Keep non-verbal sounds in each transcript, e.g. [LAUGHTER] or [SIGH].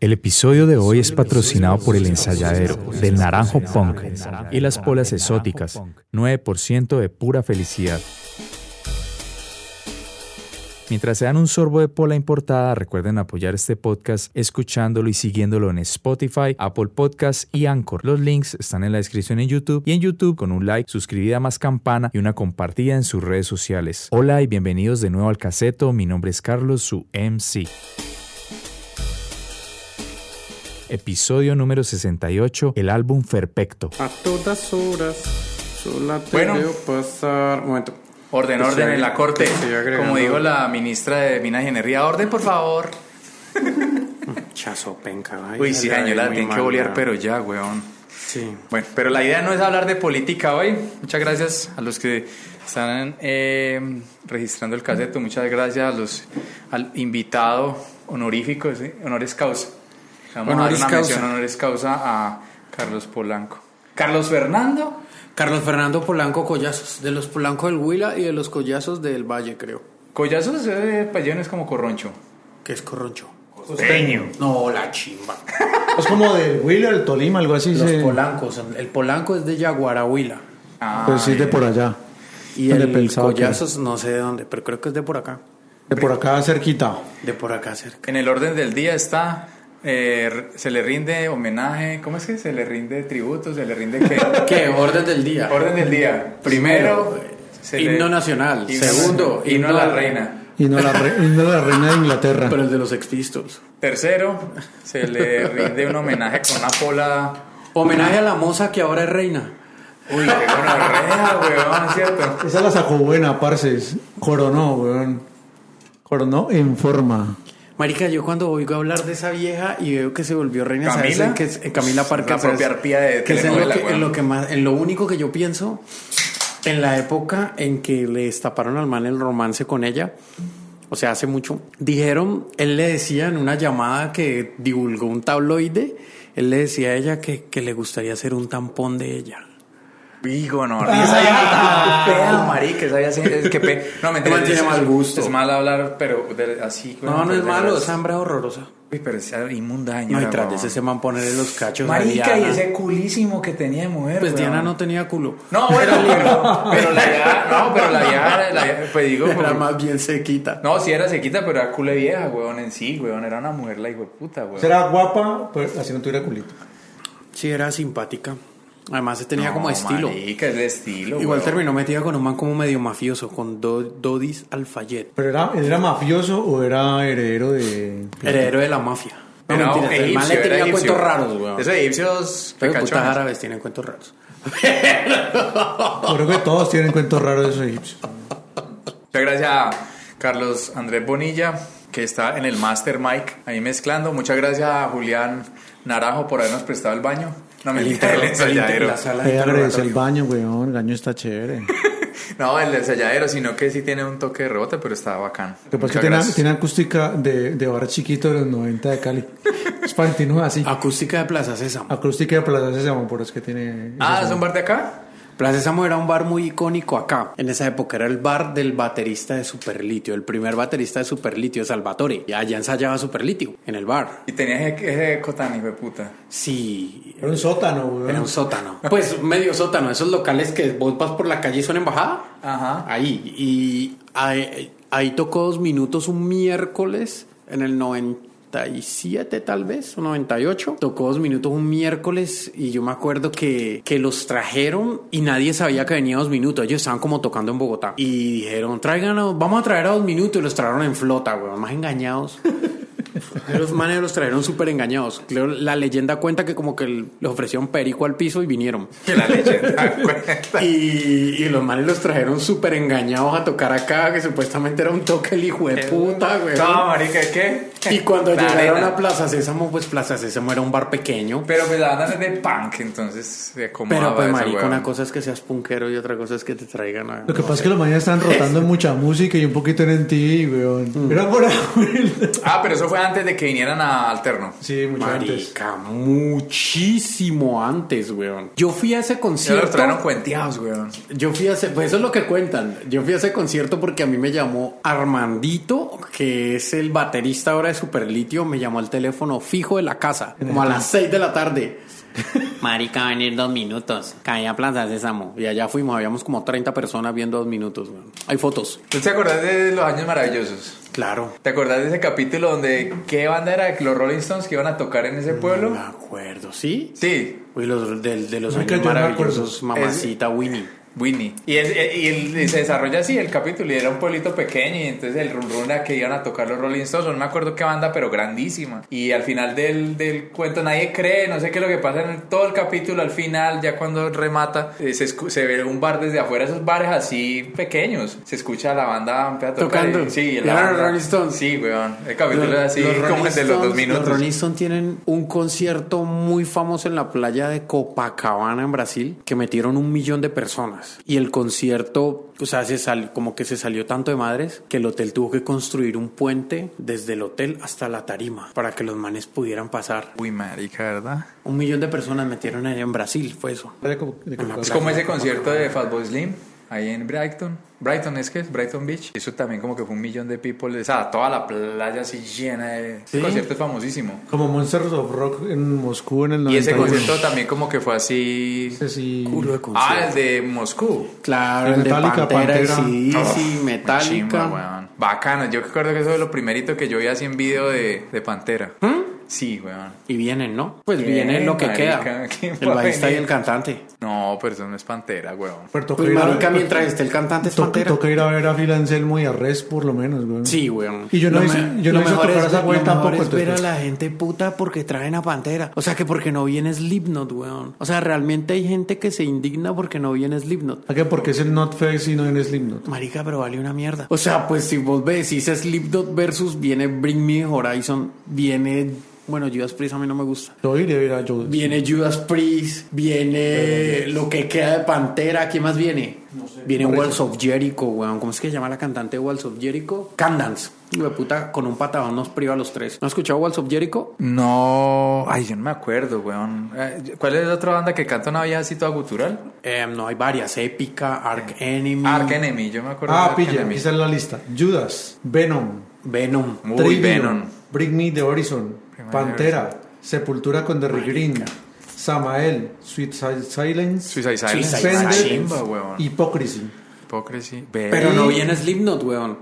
El episodio de hoy es patrocinado por el ensayadero del Naranjo Punk y las polas exóticas, 9% de pura felicidad. Mientras se dan un sorbo de pola importada, recuerden apoyar este podcast escuchándolo y siguiéndolo en Spotify, Apple Podcasts y Anchor. Los links están en la descripción en YouTube y en YouTube con un like, suscribida más campana y una compartida en sus redes sociales. Hola y bienvenidos de nuevo al caseto. Mi nombre es Carlos, su MC. Episodio número 68, el álbum Perfecto. A todas horas, sola te Bueno. veo pasar. Un momento. Orden, Pues orden sí, en la corte. pues sí, agregando- Como dijo la ministra de Minas y Energía, orden por favor. Chazo, penca. ay, Uy, sí, la año la vi muy tienen que mal, bolear, ya. pero ya, weón. Sí. Bueno, pero la idea no es hablar de política hoy. Muchas gracias a los que están eh, registrando el caseto. Muchas gracias a los, al invitado honorífico, ¿sí? honores causa. Vamos Honoris a dar una causa. mención honores causa a Carlos Polanco. Carlos Fernando. Carlos Fernando Polanco Collazos, de los Polanco del Huila y de los Collazos del Valle, creo, Collazos de Payón es como corroncho. que es Corroncho. Costeño. No, la chimba. Es como del Huila, el Tolima, algo así. Los se- Polancos, el Polanco es de Yaguara, Huila. Ah, Pues sí, de por allá. Y Donde el pensaba que- Collazos no sé de dónde, pero creo que es de por acá. De por acá cerquita. De por acá cerca. En el orden del día está, eh, se le rinde homenaje, ¿cómo es que se le rinde tributo? ¿Se le rinde qué? [LAUGHS] ¿Qué? Orden del día. Orden del día. Primero, himno nacional. Segundo, himno a la himno- reina. Y no la, re- y no la reina de Inglaterra. Pero el de los Sex Pistols. Tercero, se le rinde un homenaje con una pola. Homenaje a la moza que ahora es reina. Uy, qué gonorrea, weón, ¿cierto? Esa la sacó buena, parces. Coronó, weón. Coronó en forma. Marica, yo cuando oigo hablar de esa vieja y veo que se volvió reina, ¿sabes Camila? en qué es- en Camila Parca, La propia arpía de que es en lo, telenovela, que, en weón. lo que más, en lo único que yo pienso, en la época en que le destaparon al man el romance con ella, o sea, hace mucho, dijeron, él le decía en una llamada que divulgó un tabloide, él le decía a ella que, que le gustaría hacer un tampón de ella. Uy, gonorrea. Esa vieja es fea, marica, esa vieja es- es que pe... No, mentira, Man tiene es- mal gusto. Es mal hablar, pero de- así, No, no pues, es de malo, verdad. es hambre horrorosa. Uy, pero es inmunda No, y añora, tras de weón. ese man ponerle los cachos. a Marica, y Diana. ese culísimo que tenía de mujer. Pues weón. Diana no tenía culo. No, bueno, pero, pero la vieja, no, pero la vieja, la vieja, pues digo, [LAUGHS] Era como- más bien sequita. no, si era sequita, pero era culo de vieja, weón, en sí, weón, era una mujer la hijo de puta, weón. Será guapa, pues así no tuviera culito. Sí, era simpática. Además, se tenía No, como estilo. Marica, es el estilo, Igual weón. terminó metida con un man como medio mafioso, con Do- Dodis Alfayet, Pero era, ¿él era mafioso o era heredero de. heredero de la mafia. No, Era mentiras, el man le egipcio, era tenía egipcio. cuentos raros, weón. Esos egipcios Pero pecachones. putas árabes tienen cuentos raros. Yo Creo que todos tienen cuentos raros de esos egipcios. Muchas gracias a Carlos Andrés Bonilla, que está en el Master Mike, ahí mezclando. Muchas gracias a Julián Naranjo por habernos prestado el baño. No, me interro- el inter- ensayadero. la sala de Eh, agradece el interrogatorio. baño, weón. El baño está chévere. No, el ensayadero, sino que sí tiene un toque de rebote, pero está bacán. Lo que pasa es que Muchas tiene, gracias. tiene acústica de, de bar chiquito de los 90 de Cali. Es Fantino así. Acústica de Plaza Sésamo. Acústica de Plaza Sésamo, por es que tiene. Ah, ¿es un bar de acá? Plaza Sésamo era un bar muy icónico acá. En esa época era el bar del baterista de Superlitio, el primer baterista de Superlitio, Salvatore. Y allá ensayaba Superlitio, en el bar. Y tenías ese, ese cotán, hijo de puta. Sí, Era un sótano, weón. Era un sótano. Pues medio sótano, esos locales que vos vas por la calle y son embajada. Ajá. Ahí. Y ahí, ahí tocó dos minutos un miércoles en el 97 tal vez, o 98. Tocó dos minutos un miércoles y yo me acuerdo que, que los trajeron y nadie sabía que venía dos minutos. Ellos estaban como tocando en Bogotá y dijeron, tráiganos, vamos a traer a dos minutos y los trajeron en flota, weón, más engañados. Los manes los trajeron súper engañados. Creo la leyenda cuenta que como que el- les ofrecieron perico al piso y vinieron. Que [LAUGHS] la leyenda cuenta. [LAUGHS] Y, y los manes los trajeron súper engañados a tocar acá, que supuestamente era un toque el hijo de puta, güey. No, marica, ¿qué? Y cuando La llegaron arena. a Plaza Sésamo, pues Plaza Sésamo era un bar pequeño. Pero pues la banda es de punk, entonces se acomodaba Pero pues, esa marico, hueva. una cosa es que seas punquero y otra cosa es que te traigan a... Lo que pasa es que los mañanas están rotando en mucha música y un poquito en MTV, weón. Era por ahí. Ah, pero eso fue antes de que vinieran a Alterno. [LAUGHS] Sí, mucho antes. Marica, muchísimo antes, weón. Yo fui a ese Ya los concierto. trajeron cuenteados, weón. Yo fui a ese, pues eso es lo que cuentan. Yo fui a ese concierto porque a mí me llamó Armandito, que es el baterista ahora de Superlitio, me llamó al teléfono fijo de la casa, como a las 6 de la tarde. [LAUGHS] Marica, va a venir dos minutos. Caí a Plaza Sésamo. Y allá fuimos, habíamos como 30 personas viendo dos minutos. weón. Hay fotos. ¿Tú te acordás de los años maravillosos? Claro. ¿Te acordás de ese capítulo donde qué banda era los Rolling Stones que iban a tocar en ese pueblo? Me acuerdo, ¿sí? Sí, Uy, los de, de los Marica, años yo me maravillosos, mamacita Winnie. Winnie. Y, es- eh, y el- y se desarrolla así el capítulo, y era un pueblito pequeño, y entonces el rum rum era que iban a tocar los Rolling Stones, o no me acuerdo qué banda, pero grandísima. Y al final del, del cuento nadie cree, no sé qué es lo que pasa en el- todo el capítulo, al final, ya cuando remata, eh, se, escu- se ve un bar desde afuera, esos bares así pequeños, se escucha a la banda empieza a tocar, Tocando. y- sí, Y y la eran banda- los Rolling Stones. Sí, weón, el capítulo es así, Rolling como el de los Stones- dos minutos. Los Rolling Stones tienen un concierto muy famoso en la playa de Copacabana en Brasil que metieron un millón de personas y el concierto, o sea, se sal- como que se salió tanto de madres que el hotel tuvo que construir un puente desde el hotel hasta la tarima para que los manes pudieran pasar. Uy, marica, ¿verdad? Un millón de personas metieron ahí en Brasil, fue eso. Era como- de como- Es como ese concierto de Fatboy Slim ahí en Brighton. Brighton es que es Brighton Beach. Eso también como que fue un millón de people. O sea, toda la playa así llena de... Ese concierto es famosísimo. Como Monsters of Rock en Moscú en el 91. Y ese concierto también como que fue así... Ese sí. Culo de Ah, concierto. el de Moscú. Claro, el el de Metallica, Pantera, el Pantera. AC/DC, Uf, muy Metallica. chimba, weón. Bacano. Yo recuerdo que eso es lo primerito que yo vi así en video de, de Pantera. Sí, weón. y vienen, ¿no? Pues Bien, viene lo que marica, queda. ¿quién El va a bajista y venir? el cantante. No, pero eso no es Pantera, weón. Pero toca Pues, ir a- marica, mientras esté el cantante es to- Pantera. toca ir a ver a Phil Anselmo y a Res, por lo menos, güey. Sí, weón. Y yo no Lo hice- me- yo no lo hice mejor tocar es- esa güey lo tampoco, mejor es ver a entonces. la gente puta porque traen a Pantera. O sea, que porque no viene Slipknot, weón. O sea, realmente hay gente que se indigna porque no viene Slipknot. ¿A qué? Porque es el Not Face y no en Slipknot. Marica, pero vale una mierda. O sea, pues si vos ves, si es Slipknot versus viene Bring Me Horizon, viene... Bueno, Judas Priest a mí no me gusta. Yo iría a ver a Joe. Viene Judas Priest, viene lo que queda de Pantera, ¿qué más viene? Viene Walls of Jericho, weón. ¿Cómo es que se llama la cantante de Walls of Jericho? Candance. Hijo de puta, con un patadón nos priva a los tres. ¿No has escuchado Walls of Jericho? No... Ay, yo no me acuerdo, weón. Eh, ¿Cuál es la otra banda que canta una vieja así toda gutural? Eh, no, hay varias. Épica, Ark Enemy, Em, Ark Enemy, yo me acuerdo de Ah, Ark pilla, Enemy. aquí está la lista. Judas, Venom, Venom. Muy Trivium, Venom. Bring Me the Horizon, Pantera, Sepultura con The Green, Samael, Sweet Si- Silence, Suicide Silence. Suicide Una Silence. chimba, weón. Hypocrisy. Hypocrisy. Ve- Pero no viene Slipknot, weón.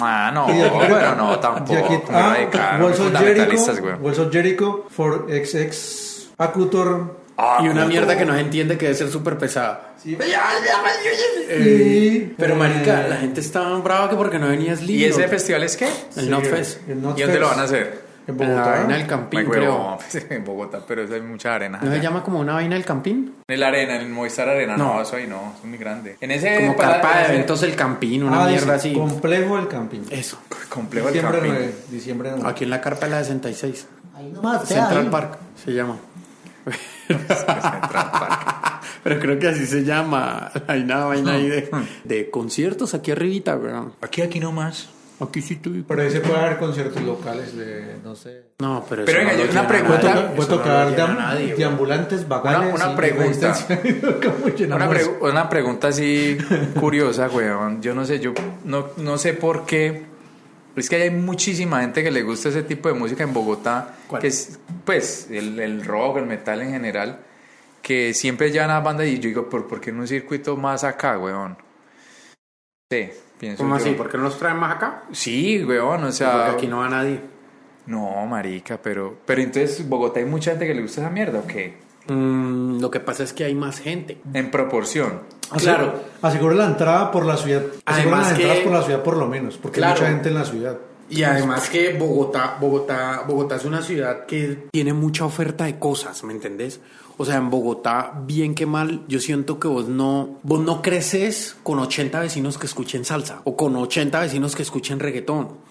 Ah, no, Y aquí- pero no, y aquí- tampoco. ah, Radical, Walls of fundamentalistas, Jericho, weón. Walls of Jericho, For XX, Acutor Ah, y una mierda que no se entiende que debe ser súper pesada. y... Pero, marica, eh, la gente está tan brava que porque no venía Slipknot. ¿Y ese festival es qué? El Notfest. el Not ¿Y dónde Fest. lo van a hacer? En En la Bogotá. vaina del Campín, Ay, creo. [LAUGHS] weón, En Bogotá, pero eso hay mucha arena. ¿No se allá. llama como una vaina del Campín? En la arena, en el Movistar Arena. No, No. eso ahí no, es muy grande. En ese Como Eh, para- carpa en de ese eventos del Campín, una Ah, dice, mierda así. Complejo del Camping. Eso. complejo el Diciembre camping. 9. Diciembre 9. Aquí en la carpa de la 66. Ahí nomás, vea, Central ahí. Park se llama. [LAUGHS] Central Park. Pero creo que así se llama. Hay una vaina ahí de, de conciertos aquí arribita, weón. Hmm. Aquí, aquí nomás. Aquí sí tú. Pero ahí se puede haber conciertos locales de, no sé. No, pero. Pero eso venga, no yo- lo una llena Voy a pregunta. tocar, voy a nadie. Eso no lo tocar de, llena nadie, weón. ambulantes, bacanes. Una- una y pregunta. resistencia. [LAUGHS] ¿Cómo llenamos Una, eso? pues, pregu- una pregunta así [LAUGHS] curiosa, weón. Yo no sé, yo no, no sé por qué. Es que hay muchísima gente que le gusta ese tipo de música en Bogotá, ¿Cuál? que es, pues, el, el rock, el metal en general, que siempre llevan a banda y yo digo, ¿por, por qué en un circuito más acá, weón? Sí, pienso ¿Cómo yo. así? ¿Por qué no nos traen más acá? Sí, weón, o sea... Porque aquí no va nadie. No, marica, pero... Pero entonces, ¿Bogotá hay mucha gente que le gusta esa mierda o qué? Mm, lo que pasa es que hay más gente. En proporción. Aseguro- Claro. Aseguro la entrada por la ciudad. Aseguro Además las que- entradas por la ciudad por lo menos, porque hay Claro. mucha gente en la ciudad. Y además que Bogotá, Bogotá, Bogotá es una ciudad que tiene mucha oferta de cosas, ¿me entendés? O sea, en Bogotá, bien que mal, yo siento que vos no, vos no creces con 80 vecinos que escuchen salsa o con 80 vecinos que escuchen reggaetón.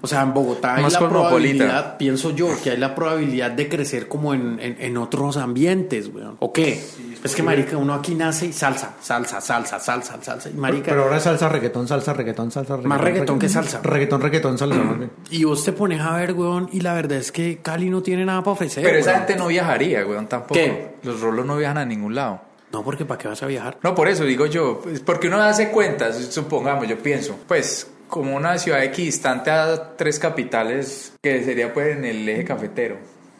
O sea, en Bogotá hay Más la cosmopolita. probabilidad, pienso yo, que hay la probabilidad de crecer como en, en- en otros ambientes, weón. ¿O qué? es que, marica, uno aquí nace y salsa, salsa, salsa, salsa, salsa. Y marica, Pero ahora es salsa, reggaetón, salsa, reggaetón, salsa, reggaetón. Más reggaetón que salsa. Mm. Reggaetón, reggaetón, salsa. más bien. y vos te pones a ver, weón, y la verdad es que Cali no tiene nada para ofrecer. Pero esa weón. gente no viajaría, weón, tampoco. ¿Qué? Los rolos no viajan a ningún lado. No, porque ¿para qué vas a viajar? No, por eso digo yo, pues, porque uno hace cuentas, supongamos, yo pienso, pues como una ciudad equidistante a tres capitales, que sería pues en el eje cafetero,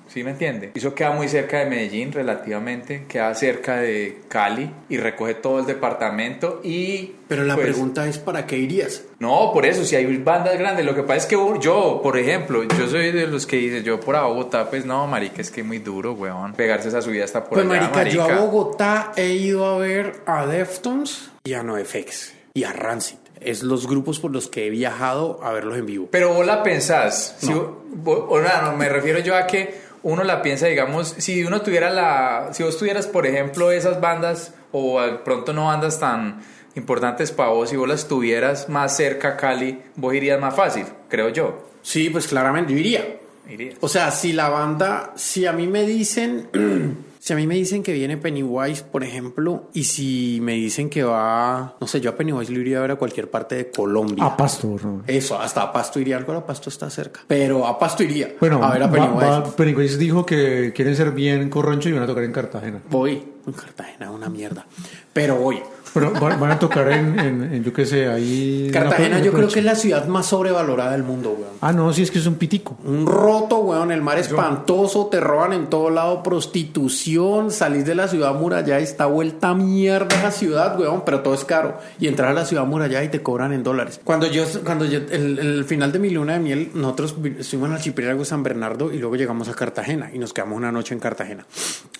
¿sí me entiende? Eso queda muy cerca de Medellín relativamente, queda cerca de Cali y recoge todo el departamento y... Pero la pues, pregunta es, ¿para qué irías? No, por eso, si hay bandas grandes, lo que pasa es que uno- yo, por ejemplo, yo soy de los que dice, yo por a Bogotá, pues no, marica, es que es muy duro, weón, pegarse esa subida hasta por Pues, allá, marica, yo a marica. Bogotá he ido a ver a Deftones y a NoFX y a Rancid. Es los grupos por los que he viajado a verlos en vivo. Pero vos la pensás. Si vos- o no, no, me refiero yo a que uno la piensa, digamos, si uno tuviera la. Si vos tuvieras, por ejemplo, esas bandas, o de pronto no bandas tan importantes para vos, si vos las tuvieras más cerca a Cali, vos irías más fácil, creo yo. Sí, pues claramente yo iría. Irías. O sea, si la banda, si a mí me dicen, [CLEARS THROAT] si a mí me dicen que viene Pennywise, por ejemplo, y si me dicen que va, no sé, yo a Pennywise lo iría a ver a cualquier parte de Colombia. A Pasto, ¿no? Eso, hasta a Pasto iría, algo a Pasto está cerca, pero a Pasto iría. Bueno, a ver a va- Pennywise. va- Pennywise dijo que quieren ser bien corroncho y van a tocar en Cartagena. Voy, en Cartagena, una mierda, pero voy. Pero van, [LAUGHS] van a tocar en, en- en, yo qué sé, ahí. en la Cartagena playa, yo creo pero- que es la ciudad más sobrevalorada del mundo, weón. Ah, no, sí, es que es un pitico. Un roto, weón, el mar espantoso, te roban en todo lado, prostitución, salís de la ciudad muralla y está vuelta a mierda esa ciudad, weón, pero todo es caro. Y entras a la ciudad muralla y te cobran en dólares. Cuando yo, cuando yo, el, el final de mi luna de miel, nosotros vi- estuvimos en el archipiélago San Bernardo y luego llegamos a Cartagena y nos quedamos una noche en Cartagena.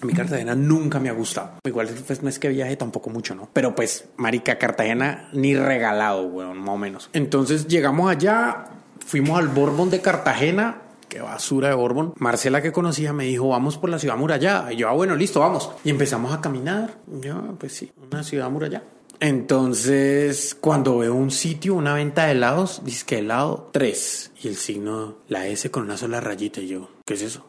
A mí Cartagena nunca me ha gustado. Igual pues, no es que viaje tampoco mucho, ¿no? Pero pues, marica, Cartagena ni regalado, weón, más o menos. Entonces llegamos allá, Fuimos al Borbón de Cartagena. Qué basura de Borbón. Marcela que conocía me dijo, vamos por la ciudad murallada. Y yo, ah, bueno, listo, vamos. Y empezamos a caminar. Yo, "Ah, pues sí, una ciudad murallada. Entonces, cuando veo un sitio, una venta de helados, dice que helado 3. Y el signo, la S con una sola rayita. Y yo, ¿qué es eso?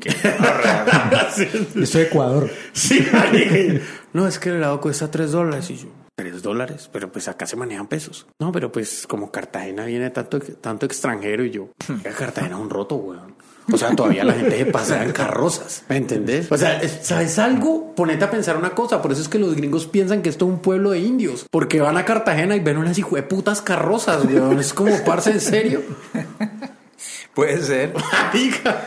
Esto es Ecuador. Sí, marica. No, es que el helado cuesta 3 dólares. Y yo, 3 dólares, pero pues acá se manejan pesos. No, pero pues como Cartagena viene tanto, tanto extranjero y yo, "Venga, Cartagena es un roto, weón. O sea, todavía la gente se pasa en carrozas. ¿Me entendés? O sea, es- ¿sabes algo? Ponete a pensar una cosa. Por eso es que los gringos piensan que esto es un pueblo de indios. Porque van a Cartagena y ven unas hijueputas carrozas, weón. Es como, parce, ¿en serio? [LAUGHS] Puede ser. Marica,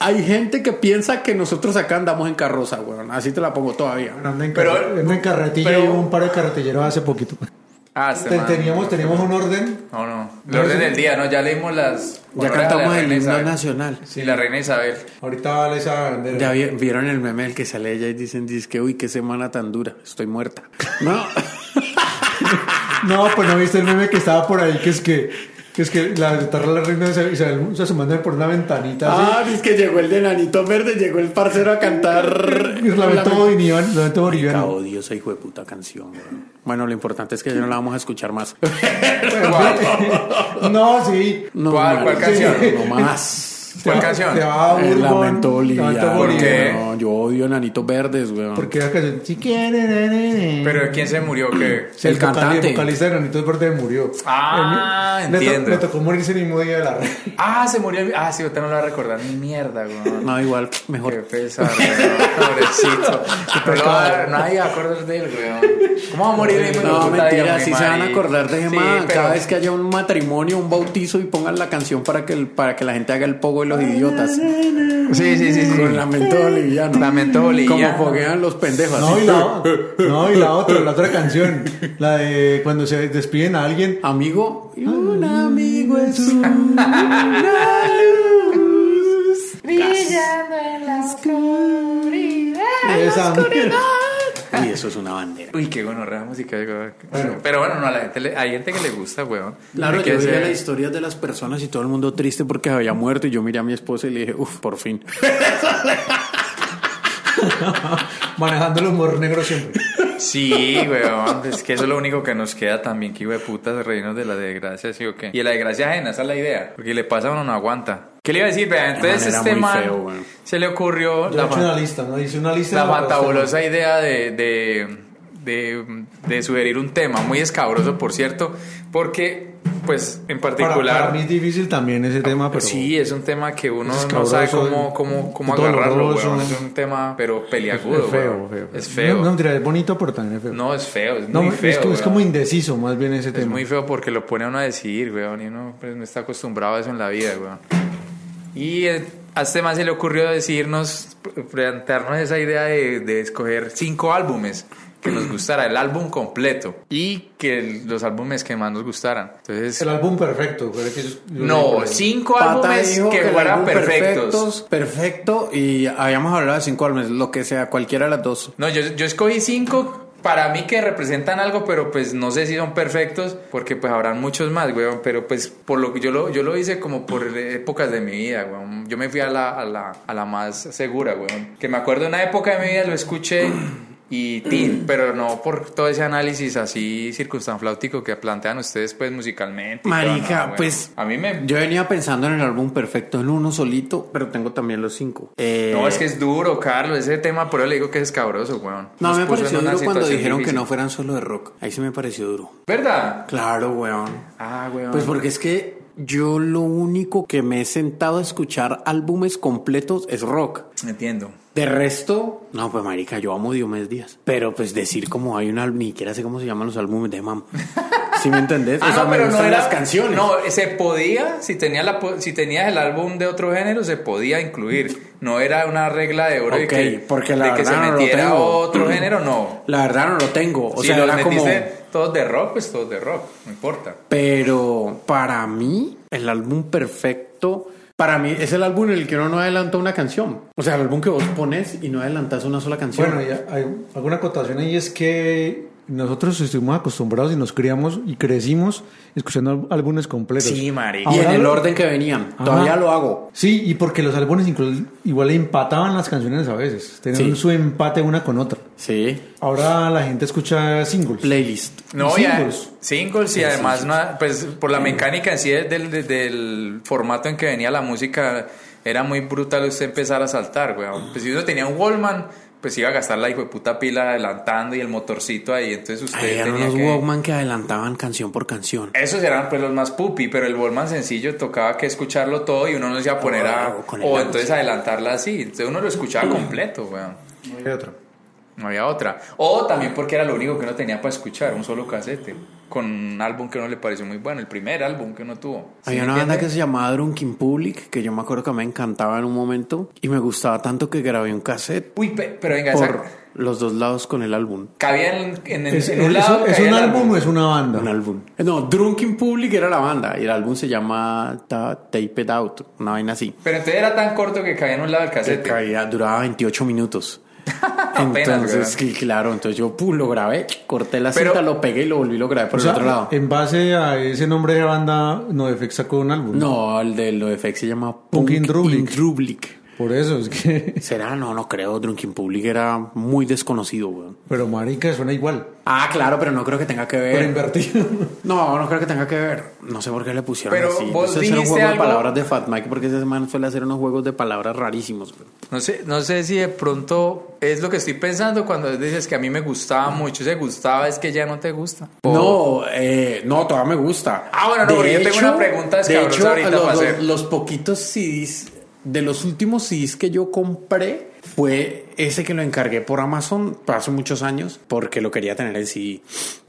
Hay gente que piensa que nosotros acá andamos en carroza, weón. Así te la pongo todavía. Anda en, Pero- carre- anda en carretilla pero- y hubo un par de carretilleros hace poquito. Ah, este Te- man. teníamos, teníamos un orden. No, no. El orden del día, ¿no? Ya leímos las. Ya honores a la ¿eh? cantamos el himno reina Isabel. nacional. Sí, la reina Isabel. Ahorita vale esa bandera. Ya vi- vieron el meme del que sale ella y dicen, que uy, qué semana tan dura, estoy muerta. No, No, pues no viste el meme que estaba por ahí, que es que, que es que la guitarra de la reina de Isabel se asomando por una ventanita así. ah, es que llegó el de Nanito Verde, llegó el parcero a cantar. Y lamento boliviano, lamento Marica, [LAUGHS] boliviano. odio esa hijo de puta canción. weón. Bueno, lo importante es que ya no la vamos a escuchar más. ¿Cuál, [LAUGHS] No, sí. No, ¿Cuál- cuál marica, canción? No más. ¿Cuál Te- canción? Te va a El Ah, Bourbon, lamento Lamento boliviano. ¿Por qué? No, yo odio Nanitos Verdes, weón. Porque la canción, si quiere, na, na, na. Pero ¿quién se murió? ¿Qué? Sí, el, El cantante. cantante. El vocalista de Granitos Verde murió. Ah, Él- le to- entiendo. Le tocó morirse el mismo día de la reina. Ah, se murió. el- Ah, sí, usted no lo va a recordar ni mierda, güey. No, igual, Qué mejor. pesar, weón, pobrecito. Pero lo va a dar- nadie va a acordar de él, weón. ¿Cómo va a morir de Pues No, mentira, sí se van a acordar de Gemma cada vez que haya un matrimonio, un bautizo y pongan la canción para que, el- para que la gente haga el pogo de los idiotas. Sí, sí, sí. Con lamento boliviano. Lamento boliviano. Como foguean los pendejos. No, así. y la, no, y la otra, la otra canción. La de cuando se despiden a alguien. Amigo, un amigo es un... Esa. [LAUGHS] Y eso es una bandera. Uy, qué gonorrea música. weón. Bueno. Pero bueno, no, a la gente le- hay gente que le gusta, weón. Claro, Hay que yo veía ser- las historias de las personas y todo el mundo triste porque había muerto y yo miré a mi esposa y le dije, uff, por fin. Manejando el humor negro siempre. Sí, weón. Es que eso es lo único que nos queda también, que hijo de putas reírnos de la desgracia, ¿sí o qué? Y de la desgracia ajena, esa es la idea. Porque le pasa a uno no aguanta. ¿Qué le iba a decir? Vea, entonces manera este muy man feo, weón. se le ocurrió Yo he la, hecho fa- una lista, ¿no? Hice una lista. la de los temas. fantabulosa idea de, de, de, de sugerir un tema muy escabroso, por cierto, porque, pues, en Para, particular... para mí es difícil también ese tema, pero. Sí, es un tema que uno Es no sabe escabroso, cómo, cómo, cómo doloroso. agarrarlo, weón. Es un tema, pero peliagudo, es feo, weón. feo, feo. Es feo. No, no, mentira, es bonito, pero también es feo. No, es feo, es No, muy es, feo. que- es weón. como indeciso, más bien ese Es tema. muy feo porque lo pone a uno a decidir, weón, y uno pues, no está acostumbrado a eso en la vida, weón. Y eh, a este man se le ocurrió decirnos, pr- plantearnos esa idea de, de escoger cinco álbumes que nos gustara, el álbum completo, y que el- los álbumes que más nos gustaran. Entonces, El álbum perfecto. pero es que yo- yo no, digo, cinco Pata álbumes dijo que el fueran álbum perfectos. Perfecto, y habíamos hablado de cinco álbumes, lo que sea, cualquiera de las dos. No, yo, yo escogí cinco para mí que representan algo, pero pues no sé si son perfectos, porque pues habrán muchos más, weón. Pero pues por lo que yo lo, yo lo hice como por épocas de mi vida, weón. Yo me fui a la, a la, a la más segura, weón. Que me acuerdo de una época de mi vida, lo escuché y tin, pero no por todo ese análisis así circunstanfláutico que plantean ustedes pues musicalmente. y todo, Marica, no, weón. pues- A mí me... Yo venía pensando en el álbum perfecto en uno solito, pero tengo también los cinco. Eh, No, es que es duro, Carlos. Ese tema, por eso le digo que es cabroso, weón. No, Nos me puso en pareció una duro cuando situación dijeron que difícil. no fueran solo de rock. Ahí sí me pareció duro. ¿Verdad? Claro, weón. Ah, weón. Pues porque es que yo lo único que me he sentado a escuchar álbumes completos es rock. Entiendo. De resto, no, pues marica, yo amo Diomedes Díaz. Pero pues decir como hay un álbum, ni siquiera sé cómo se llaman los álbumes de [LAUGHS] mam. ¿Sí me entendés? Ah, o sea, me gustan las canciones. No, se podía, si tenías, la, po- si tenías el álbum de otro género, se podía incluir. No era una regla de oro de Ok, que, porque la de que se verdad no lo metiera tengo. [CLEARS THROAT] otro género, no. La verdad no lo tengo. O si sea, los era como... metiste todos de rock, pues todos de rock, no importa. Pero para mí, el álbum perfecto, para mí es el álbum en el que uno no adelanta una canción. O sea, el álbum que vos pones y no adelantas una sola canción. Bueno, ya hay alguna acotación ahí es que nosotros estuvimos acostumbrados y nos criamos y crecimos escuchando al- álbumes completos. Sí, marica. y en Ahora el lo- orden que venían. Ajá. Todavía lo hago. Sí, y porque los álbumes inclu- igual empataban las canciones a veces. Tenían Sí. su empate una con otra. Sí. Ahora la gente escucha singles. Playlist. No, Y ya- singles. singles y además, no- pues por la mecánica en sí del, del- del formato en que venía la música, era muy brutal usted empezar a saltar, weón. Pues si uno tenía un Wallman, pues iba a gastar la hijo de puta pila adelantando y el motorcito ahí, entonces usted Ahí eran tenía unos que... Walkman que adelantaban canción por canción. Esos eran pues los más pupi, pero el Wallman sencillo tocaba que escucharlo todo y uno no se iba a poner a... Claro, Oh, con el Mm. O audio. entonces adelantarla así, entonces uno lo escuchaba completo, weón. Hay otra. No había otra. O también porque era lo único que uno tenía para escuchar, un solo casete, con un álbum que a uno le pareció muy bueno, el primer álbum que uno tuvo. ¿Sí Había me una banda que entiende? se llamaba Drunken Public, que yo me acuerdo que me encantaba en un momento y me gustaba tanto que grabé un cassette Uy, pe- pero venga, por esa- los dos lados con el álbum. cabía en, en- en- ¿Es, en es- un lado. es cabía un el álbum o es una banda? Un álbum. No, Drunken Public era la banda y el álbum se llama Ta- Tape It Out, una vaina así. Pero entonces era tan corto que cabía en un lado el Que casete. cabía- duraba 28 minutos. Apenas, entonces, sí, claro, entonces yo pum, lo grabé, corté la Pero- cinta, lo pegué y lo volví y lo grabé por O el sea, eh, otro lado. en base a ese nombre de banda, NoFX sacó un álbum. No, el de los FX se llama Punk, Punk in Drublic. in Drublic. Por eso es que... [LAUGHS] ¿Será? No, no creo. Drunken Public era muy desconocido, weón. Pero marica, suena igual. Ah, claro, pero no creo que tenga que Pero ver. invertido. No, no creo que tenga que ver. No sé por qué le pusieron Pero así. vos Entonces, era un dijiste juego algo- de palabras de Fat Mike porque ese man suele hacer unos juegos de palabras rarísimos. weón. No sé, no sé si de pronto es lo que estoy pensando cuando dices que a mí me gustaba Mm. mucho. Se gustaba, es que ya no te gusta. No, eh, no, todavía me gusta. Ah, bueno, no, De porque yo tengo una pregunta de escabrosa hecho, ahorita los, para los- hacer. los poquitos CDs, de los últimos CDs que yo compré, fue ese que lo encargué por Amazon hace muchos años, porque lo quería tener en CD.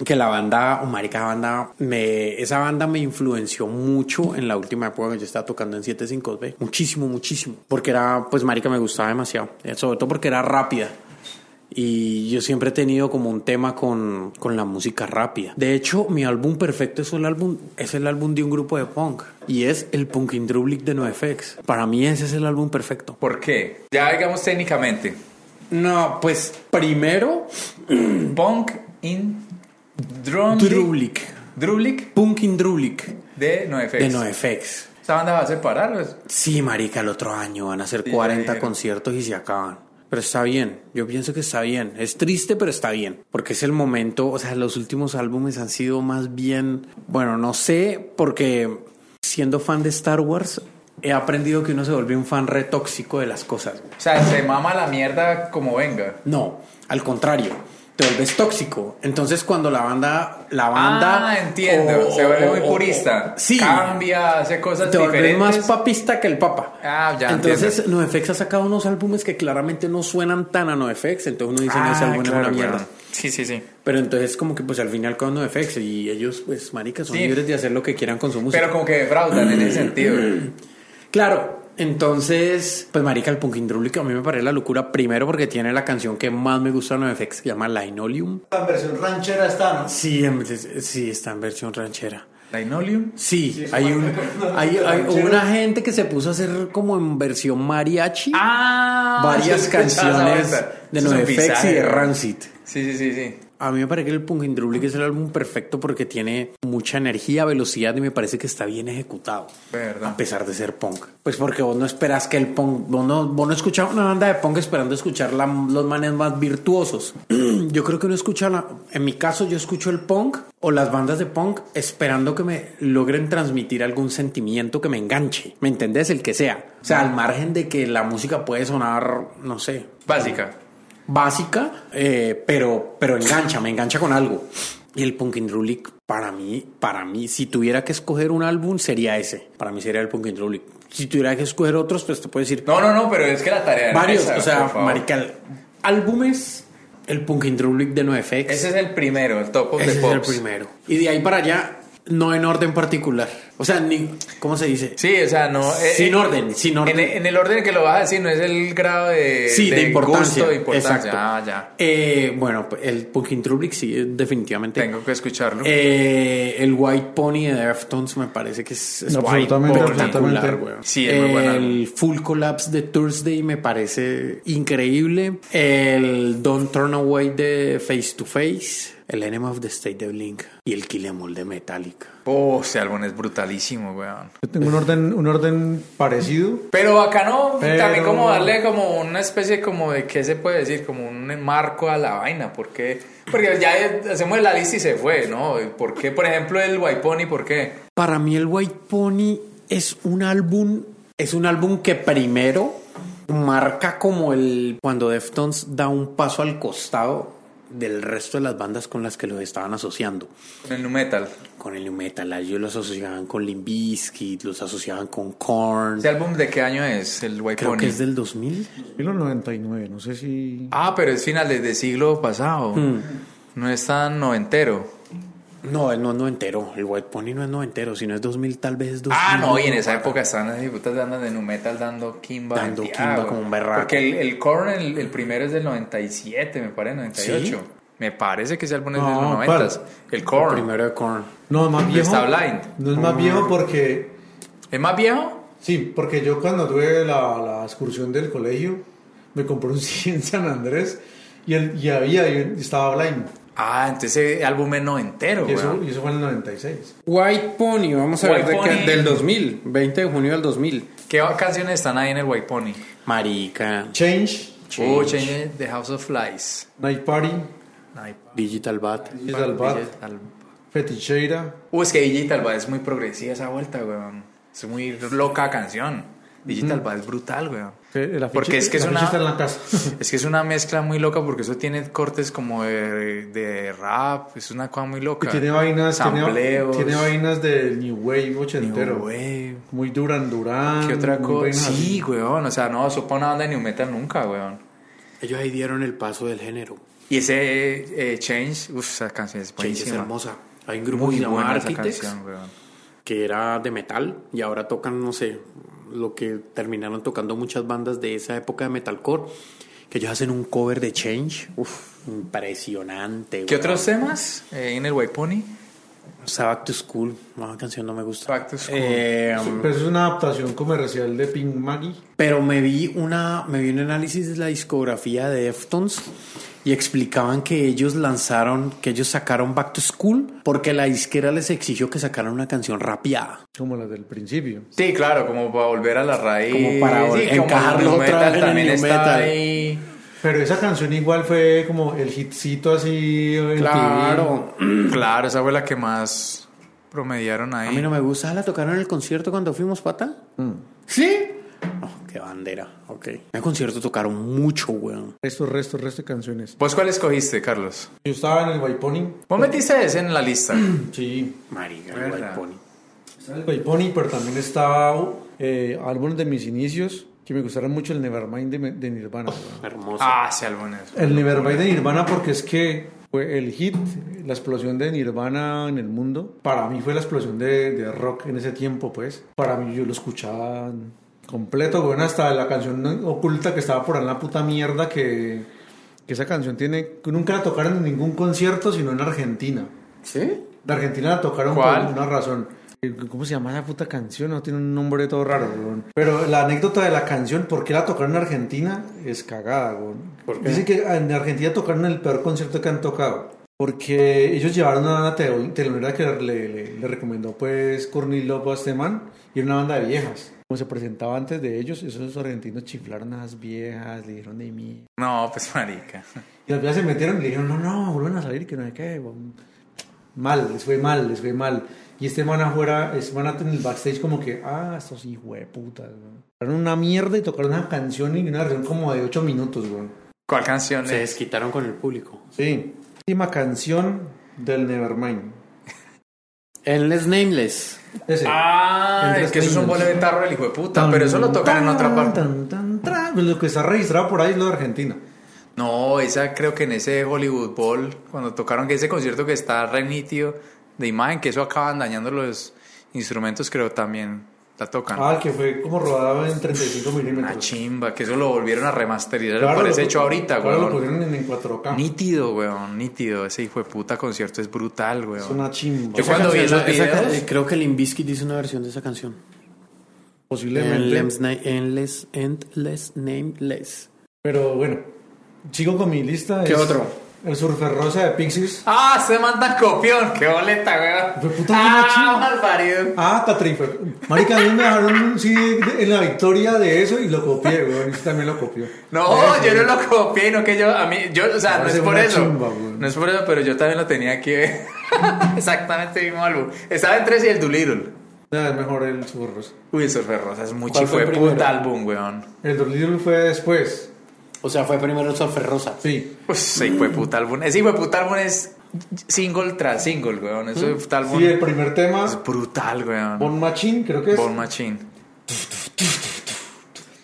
Que la banda, oh, marica, la banda, me, esa banda me influenció mucho en la última época que yo estaba tocando en 75B. Muchísimo, muchísimo. Porque era, pues, marica, me gustaba demasiado. Eh, Sobre todo porque era rápida. Y yo siempre he tenido como un tema con, con la música rápida. De hecho, mi álbum perfecto es el álbum, es el álbum de un grupo de punk. Y es el Punk Indrublic de NoFX. Para mí ese es el álbum perfecto. ¿Por qué? Ya digamos técnicamente. No, pues primero, Punk in Drum. Drublic. Drublic Punk Indrublic de NoFX. de NoFX. ¿Esta banda va a separar? pues? Sí, marica, el otro año van a hacer Sí, ya 40 dijeron. conciertos y se acaban. pero está bien. Yo pienso que está bien. Es triste, pero está bien. Porque es el momento, o sea, los últimos álbumes han sido más bien, bueno, no sé, porque siendo fan de Star Wars, he aprendido que uno se vuelve un fan re tóxico de las cosas. O sea, se mama la mierda como venga. No, al contrario, te vuelves tóxico. Entonces cuando la banda, la banda, Ah, entiendo. o- se vuelve o- muy o- purista. sí, Cambia, hace cosas te vuelves diferentes. más papista que el papa. Ah, ya, Entonces NoFX ha sacado unos álbumes que claramente no suenan tan a NoFX, entonces uno dice no ese Ah, álbum es claro, una mierda. claro. Sí, sí, sí. Pero entonces como que pues al final con NoFX y ellos pues maricas son Sí. libres de hacer lo que quieran con su música. Pero como que defraudan en ese sentido. [CLEARS THROAT] Claro, entonces, pues marica, el punk hidráulico a mí me parece la locura primero porque tiene la canción que más me gusta de NoFX, se llama Linoleum. La versión ranchera está, ¿no? Sí, em- sí, está en versión ranchera. ¿Linoleum? Sí, hay [LAUGHS] un hay, hay ranchero. una gente que se puso a hacer como en versión mariachi Ah, varias [LAUGHS] sí, escuchaba esa canciones vuelta. de Eso es un NoFX y visaje, de ¿no? Rancid. Sí, sí, sí, sí. A mí me parece que el Punk Hindrúblic es el álbum perfecto porque tiene mucha energía, velocidad y me parece que está bien ejecutado. Verdad. A pesar de ser punk. Pues porque vos no esperas que el punk, vos no, vos no escuchas una banda de punk esperando escuchar la- los manes más virtuosos. [CLEARS THROAT] yo creo que uno escucha, la- en mi caso yo escucho el punk o las bandas de punk esperando que me logren transmitir algún sentimiento que me enganche. ¿Me entendés? El que sea. O sea, al margen de que la música puede sonar, no sé, Básica. básica, eh, pero, pero engancha, me engancha con algo. Y el Punkin' Rulic, para mí, para mí, si tuviera que escoger un álbum, sería ese. Para mí sería el Punkin' Rulic. Si tuviera que escoger otros, pues te puedo decir No, no, no, pero es que la tarea era varios. esa, o sea, por favor. marical, álbumes, el Punkin' Rulic de NoFX. Ese es el primero, el top of Ese the es el pops. primero. Y de ahí para allá, no en orden particular. O sea, ni, ¿cómo se dice? Sí, o sea, no. eh, Sin eh, orden, sin orden. En, en el orden que lo vas a decir, no es el grado Eh, de, Sí, de, importancia. gusto, de importancia. Exacto. Ah, ya. Eh, bueno, pues, el Punkin' Rulic sí, definitivamente. Tengo que escucharlo. Eh, el White Pony de Deftones me parece que es, es Absolutamente, espectacular, absolutamente. weón. Sí, es muy buen álbum. El Full Collapse de Thursday me parece increíble. El Don't Turn Away de Face to Face. El Enemy of the State de Blink. Y el Kill Em All de Metallica. Oh, ese álbum es brutalísimo, weón. Yo tengo un orden, un orden parecido. Pero bacano Pero- también como darle como una especie como de qué se puede decir, como un marco a la vaina, porque porque ya hacemos la lista y se fue, ¿no? ¿Por qué, por ejemplo, el White Pony, por qué? Para mí el White Pony es un álbum, es un álbum que primero marca como el cuando Deftones da un paso al costado del resto de las bandas con las que los estaban asociando. El nu metal. Con el nu metal, a ellos los asociaban con Limp Bizkit, los asociaban con Korn. ¿Ese álbum de qué año es? El White Creo Pony. que es del 2000. 1999, no sé si... Ah, pero es finales del siglo pasado. Mm. No es tan noventero. No, él no es noventero. El White Pony no es noventero. Si no es 2000, tal vez es 2000. Ah, no, y en esa época estaban las putas bandas de nu metal dando Kimba. Dando en quimba Tiago. como un berraco. Porque el, el Korn, el, el primero es del 97, me parece, 98. ¿Sí? Me parece que ese álbum es de No, los 90. El El Korn. primero de Korn. No, es más viejo. Está blind. No es más viejo porque... ¿Es más viejo? Sí, porque yo cuando tuve la, la excursión del colegio, me compré un [LAUGHS] CD en San Andrés y, el, y había, y estaba blind. Ah, entonces ese álbum es noventero, Y eso, weón. y eso fue en el 96. White Pony, vamos a White ver de qué- Pony. del 2000, 20 de junio del 2000. ¿Qué canciones están ahí en el White Pony? Marica, Change, Oh, Change the House of Flies. Night Party, Night Digital Bat. Digital Bat, Digital. Feticheira. Uh, es que Digital Bad es muy progresiva esa vuelta, weón. Es muy loca canción. Digital Bad es brutal, weón. Porque es que es una... Está en eh, la [LAUGHS] casa. Es que es una mezcla muy loca porque eso tiene cortes como de, de rap, es una cosa muy Y loca. tiene vainas, tiene, Sampleos, tiene vainas del New Wave ochentero. New Wave. Muy Duran Duran. ¿Qué otra Ah, muy cosa? vainas Sí, así. weón. O sea, no, eso para una banda de New Metal nunca, weón. Ellos ahí dieron el paso del género. Y ese eh, Change, uff, esa canción es Change es buenísima. hermosa. Hay un grupo que Muy se llama buena esa Architects, canción, weón. que era de metal, y ahora tocan, no sé, lo que terminaron tocando muchas bandas de esa época de metalcore, que ellos hacen un cover de Change. Uf, impresionante. ¿Qué weón. otros temas eh, en el White Pony? O sea, Back to School. No, la canción no me gusta. Back to School. Eh, Pero eso es una adaptación comercial de Pink Maggie. Pero me vi una, me vi un análisis de la discografía de Deftones y explicaban que ellos lanzaron, que ellos sacaron Back to School porque la disquera les exigió que sacaran una canción rapeada. Como la del principio. Sí, claro, como para volver a la raíz. Como para sí, vol- el encajarlo nu otra metal vez en el también nu está metal. ahí. Pero esa canción igual fue como el hitcito así. el Claro. Claro, [CLEARS THROAT] esa fue la que más promediaron ahí. A mí no me gusta. Ah, ¿La tocaron en el concierto cuando fuimos, pata? ¿Sí? Oh, qué bandera. Ok. En el concierto tocaron mucho, weón. Resto, resto, resto de canciones. ¿Vos cuál escogiste, Carlos? Yo estaba en el Guayponi. Oh. Vos metiste ese en la lista. [CLEARS THROAT] Sí. Marica, Verdad. White Pony. Estaba el Guayponi, pero también estaba eh, álbumes de mis inicios que me gustaron mucho el Nevermind de, de Nirvana. weón. Hermoso. ah, ese álbum es. El Nevermind de Nirvana porque es que fue el hit, la explosión de Nirvana en el mundo. Para mí fue la explosión de, de rock en ese tiempo, pues. Para mí yo lo escuchaba completo, bueno, hasta la canción oculta que estaba por ahí en la puta mierda que, que esa canción tiene, que nunca la tocaron en ningún concierto sino en Argentina. ¿Sí? De Argentina la tocaron ¿Cuál? por una razón. Eh, ¿Cómo se llama esa puta canción? No tiene un nombre todo raro, weón. Pero la anécdota de la canción, ¿por qué la tocaron en Argentina? Es cagada, weón. Dicen que en Argentina tocaron el peor concierto que han tocado. Porque ellos llevaron a una teo- telonera que le, le- le recomendó, pues, Cornillo a este man, y era una banda de viejas. Como se presentaba antes de ellos, esos argentinos chiflaron a las viejas, le dijeron de mí. No, pues marica. Y las viejas se metieron y le dijeron, no, no, vuelven a salir, que no hay que... Mal, les fue mal, les fue mal. Y este man afuera, este man en el backstage como que, ah, estos hijos de puta, weón. Tocaron una mierda y tocaron una canción y una versión como de 8 minutos, weón. ¿Cuál canción Se es? desquitaron con el público. Sí. Última canción del Nevermind. Endless Nameless. Ese. Ah, Entre es que eso es un Strangers. boleto de tarro del hijo de puta, pero eso lo tocan en otra parte. Tan, tan, tan. Pues lo que está registrado por ahí es lo de Argentina. No, esa creo que en ese Hollywood Bowl, cuando tocaron que ese concierto que está re nítido de imagen, que eso acaban dañando los instrumentos, creo también la tocan. Ah, que fue como rodado en 35 Una milímetros. chimba, que eso lo volvieron a remasterizar, Claro, Ah, lo parece lo- hecho ahorita, claro, lo weón. pusieron en, en 4K. Nítido, weón, nítido. Ese hijo de puta concierto es brutal, weón. Es una chimba. Yo cuando vi esos Esa ca- videos- eh, creo que Limbiskit hizo una versión de esa canción. Posiblemente. Endless, Na- Endless, Endless Nameless. Pero bueno, sigo con mi lista. ¿Qué Es otro? El surfer rosa de Pixies. ¡Ah, se mandan copión! ¡Qué boleta, weón! Fue puta ¡Ah, malparido! Ah, Catrín. fue- Marica, a mí me dejaron un CD de- en la victoria de eso y lo copié, weón. Este también lo copió. No, Eso, yo no lo copié, no que yo, a mí, yo, o sea, no Parece es por una eso. chimba, weón. no es por eso, pero yo también lo tenía aquí. eh. [LAUGHS] Exactamente el mismo álbum. Estaba en 3 y el Doolittle. No, es mejor el surfer rosa. Uy, el Surfer Rosa es muy ¿Cuál chico fue de el primero? puta álbum, weón. El Dolittle fue después. O sea, fue primero Surfer Rosa. Sí. Uy, ese hijo de puta álbum. Ese hijo de puta álbum es single tras single, weón. Ese puta álbum Sí, el primer tema, es brutal, weón. Bon Machine, creo que es. Bon Machine.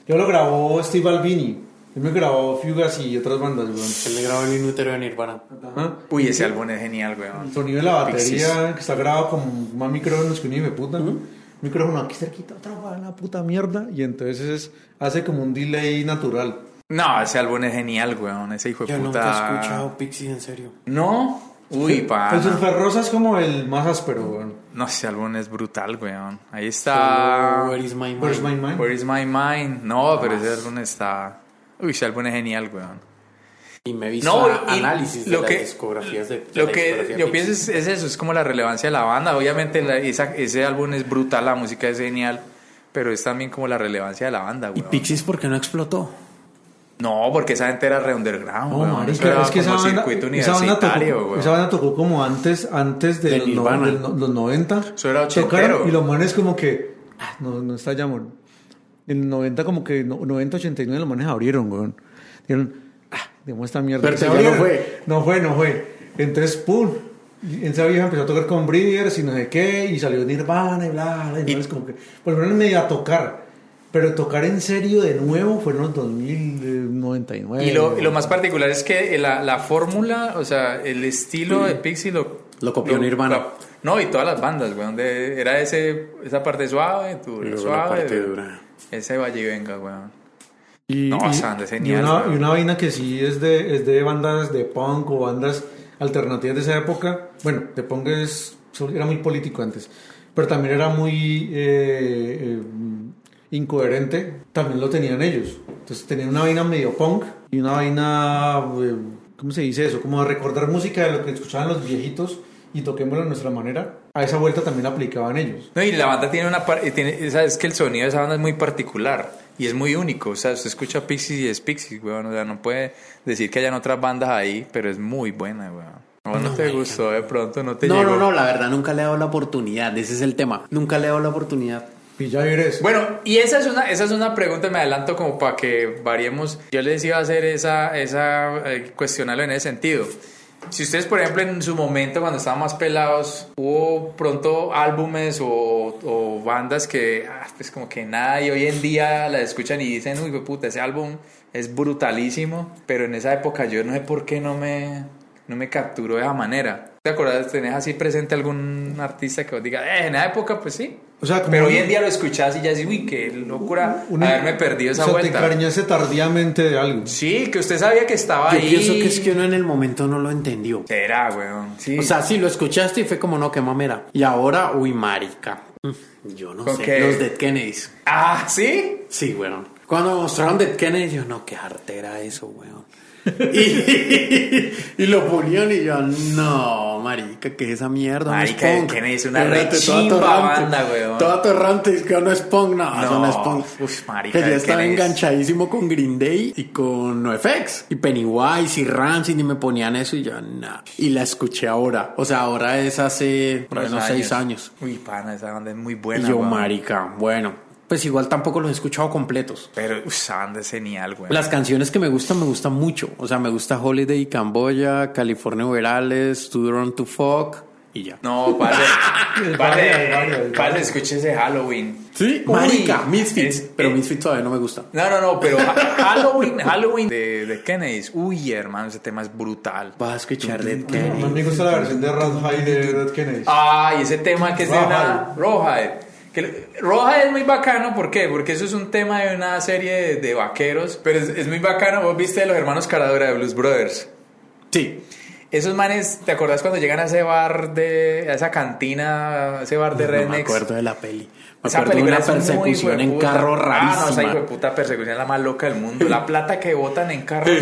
Yo lo grabó Steve Albini. Él me grabó Fugas y otras bandas, weón. Se le grabó el inútero de Nirvana. Ajá. Uy, ese álbum es genial, weón. El sonido de la batería Pixies. que está grabado con más micrófonos que un hijo de puta. ¿no? Micrófono aquí cerquita, otra weá, la puta mierda. Y entonces es- hace como un delay natural. No, ese álbum es genial, weón. Ese hijo de Yo puta. nunca he escuchado Pixies en serio. Ah, No. Uy, pa. El Surfer Rosa Pues es como el más áspero, weón. No, ese álbum es brutal, weón. Ahí está. Ah. Where is my mind? Where's my mind? Where is my mind? No, pero ese álbum está. Uy, ese álbum es genial, weón. Y me he No, visto a- y análisis de lo las que- discografías de, de Lo la que discografía yo Pixies. pienso es, es eso, es como la relevancia de la banda. Obviamente la- esa- ese álbum es brutal, la música es genial, pero es también como la relevancia de la banda, ¿Y weón. Pixies por qué no explotó? No, porque esa gente era re underground, No, weón. marica, Eso era es que esa como banda, circuito esa banda universitario, tocó, weón. esa banda tocó como antes, antes de, De los, no- Nirvana. de no- los 90. Eso era ochentero. Tocaron y los manes como que, ah, no, no está ya, amor. En el 90 como que, no- 90, 89 los manes abrieron, weón. Dijeron, ah, demos esta mierda. Pero Se ya no abrieron. fue. No fue, no fue. Entonces, pum. y Esa vieja empezó a tocar con Breeders y no sé qué, y salió Nirvana y bla, bla, y, no es como que, por lo menos medio a tocar, pero tocar en serio de nuevo fue en los eh, 2099. Y lo, y lo más particular es que la, la fórmula, o sea, el estilo de Pixie lo, Lo copió Nirvana. No, y todas las bandas, güey. Donde era ese, esa parte suave, tu- Luego la Pues suave. parte güey. dura. Ese valle y venga, güey. Y, No, y- Sand es y genial, una, güey. y una vaina que sí es de, es de bandas de punk o bandas alternativas de esa época. Bueno, de punk es, era muy político antes, pero también era muy eh, eh, incoherente. También lo tenían ellos. Entonces tenían una vaina medio punk y una vaina, eh, ¿cómo se dice eso? Como de recordar música de lo que escuchaban los viejitos y toquémosla a nuestra manera. A esa vuelta también la aplicaban ellos. No, y la banda tiene una. par- y Tiene, o sea, es que el sonido de esa banda es muy particular. Y es muy único, o sea, usted escucha Pixies y es Pixies, weón, o sea, no puede decir que hayan otras bandas ahí, pero es muy buena, weón. O no, te gustó, de pronto no te No, llegó. no, no, la verdad nunca le he dado la oportunidad, ese es el tema. Nunca le he dado la oportunidad. Pilla eres. Pues, Bueno, y esa es una, esa es una pregunta, me adelanto como para que variemos. Yo les iba a hacer esa, esa eh, cuestionarlo en ese sentido. Si ustedes, por ejemplo, en su momento, cuando estaban más pelados, hubo pronto álbumes o, o bandas que, ah, pues como que nada, y hoy en día la escuchan y dicen, uy, puta, ese álbum es brutalísimo, pero en esa época yo no sé por qué no me, no me capturó de esa manera. ¿Te acuerdas? ¿Tenés así presente algún artista que os diga, eh, en esa época, pues sí? O sea, como- pero hoy en día lo escuchás y ya dices, uy, qué locura Una- haberme perdido esa o sea, te vuelta. encariñaste tardíamente de algo. Sí, que usted sabía que estaba Yo ahí. pienso que es que uno en el momento no lo entendió. Será, weón. Sí. O sea, sí, lo escuchaste y fue como, no, qué mamera. Y ahora, uy, marica. Mm, Yo no ¿Con sé. qué? Los Dead Kennedys. ah, ¿sí? Sí, weón. Cuando mostraron Dead Kennedys, yo, no, qué artera eso, weón. y, [LAUGHS] y lo ponían y yo, no, marica, que esa mierda. no es Marica, Dead punk". Kennedys es una Espérate, re toda chimba atorrante, banda, weón. Toda atorrante, es que no es punk, no, eso no es punk. Uf, marica. Que yo Dead estaba Kennedys. enganchadísimo con Green Day y con NoFX y Pennywise y Ramsey y me ponían eso y yo nah. Y la escuché ahora. O sea, ahora es hace por lo Unos menos seis años. Uy, pana, esa banda es muy Y buena. yo, weón. marica, bueno, pues igual tampoco los he escuchado completos. Pero, uff, esa banda es genial, weón. Las canciones que me gustan, me gustan mucho. O sea, me gusta Holiday, Camboya, California Overales, To Run to Fuck y ya. [LAUGHS] No, padre. El padre, barrio, el barrio, el barrio. escuche ese Halloween. Sí, marica, Uy, Eh, Misfits. es- pero es- Misfits todavía no me gusta. No, no, no, pero ha- Halloween, Halloween de, de Kennedys. Uy, hermano, ese tema es brutal. Vas a escuchar Dead A mí me Kennedys. gusta la versión de Rat High de Red Kennedy. Ay, ese tema que es Rawhide. de una Rawhide. Que, Rawhide es muy bacano, ¿por qué? Porque eso es un tema de una serie de, de vaqueros, pero es, es muy bacano. Vos viste los hermanos Caradura de Blues Brothers. Sí. Esos manes, ¿te acordás cuando llegan a ese bar de. a esa cantina, a ese bar de No me Rednecks? acuerdo de la peli. Me Esa acuerdo de película una es muy persecución en hijueputa. carro Ah, no, esa hijo de rarísima. puta persecución es la más loca del mundo. [LAUGHS] La plata que botan en carros.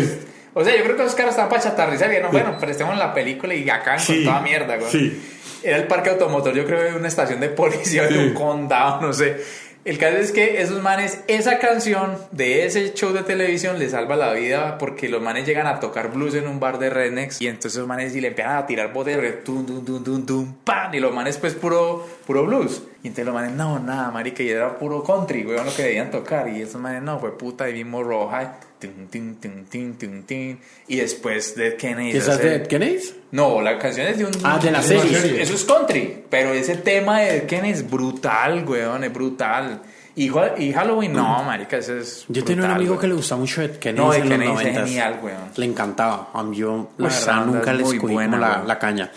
O sea, yo creo que esos carros están para chatarrizar. Y no, bueno, prestemos la película y acá Sí, con toda mierda, güey. sí. Era el parque automotor, yo creo, de una estación de policía, de un condado, no sé. El caso es que esos manes, esa canción de ese show de televisión le salva la vida porque los manes llegan a tocar blues en un bar de Renex y entonces los manes y le empiezan a tirar botellas, pero tum, tum, tum, tum, tum, pan, y los manes pues puro, puro blues. Y entonces los manes, no, nada, marica, y era puro country, weón, lo que debían tocar. Y esos manes, no, fue puta, y vimos roja, tin, tin, tin, tin, tin, tin. y después de Kennedy. ¿Esa es hacer- de Kennedys? no, la canción es de un. Ah, de la eso- serie. Eso, eso es country. Pero ese tema de Ken es brutal, weón, es brutal. Y, Hua- y Halloween, no, marica, ese es. Yo tenía un brutal, amigo weón. que le gustaba mucho Ed Kennedy No, Ed en los Kennedy es 90. genial, weón. Le encantaba. A mí yo, la Uy, esa verdad, banda nunca es le muy escogí como buena, la, weón. la caña.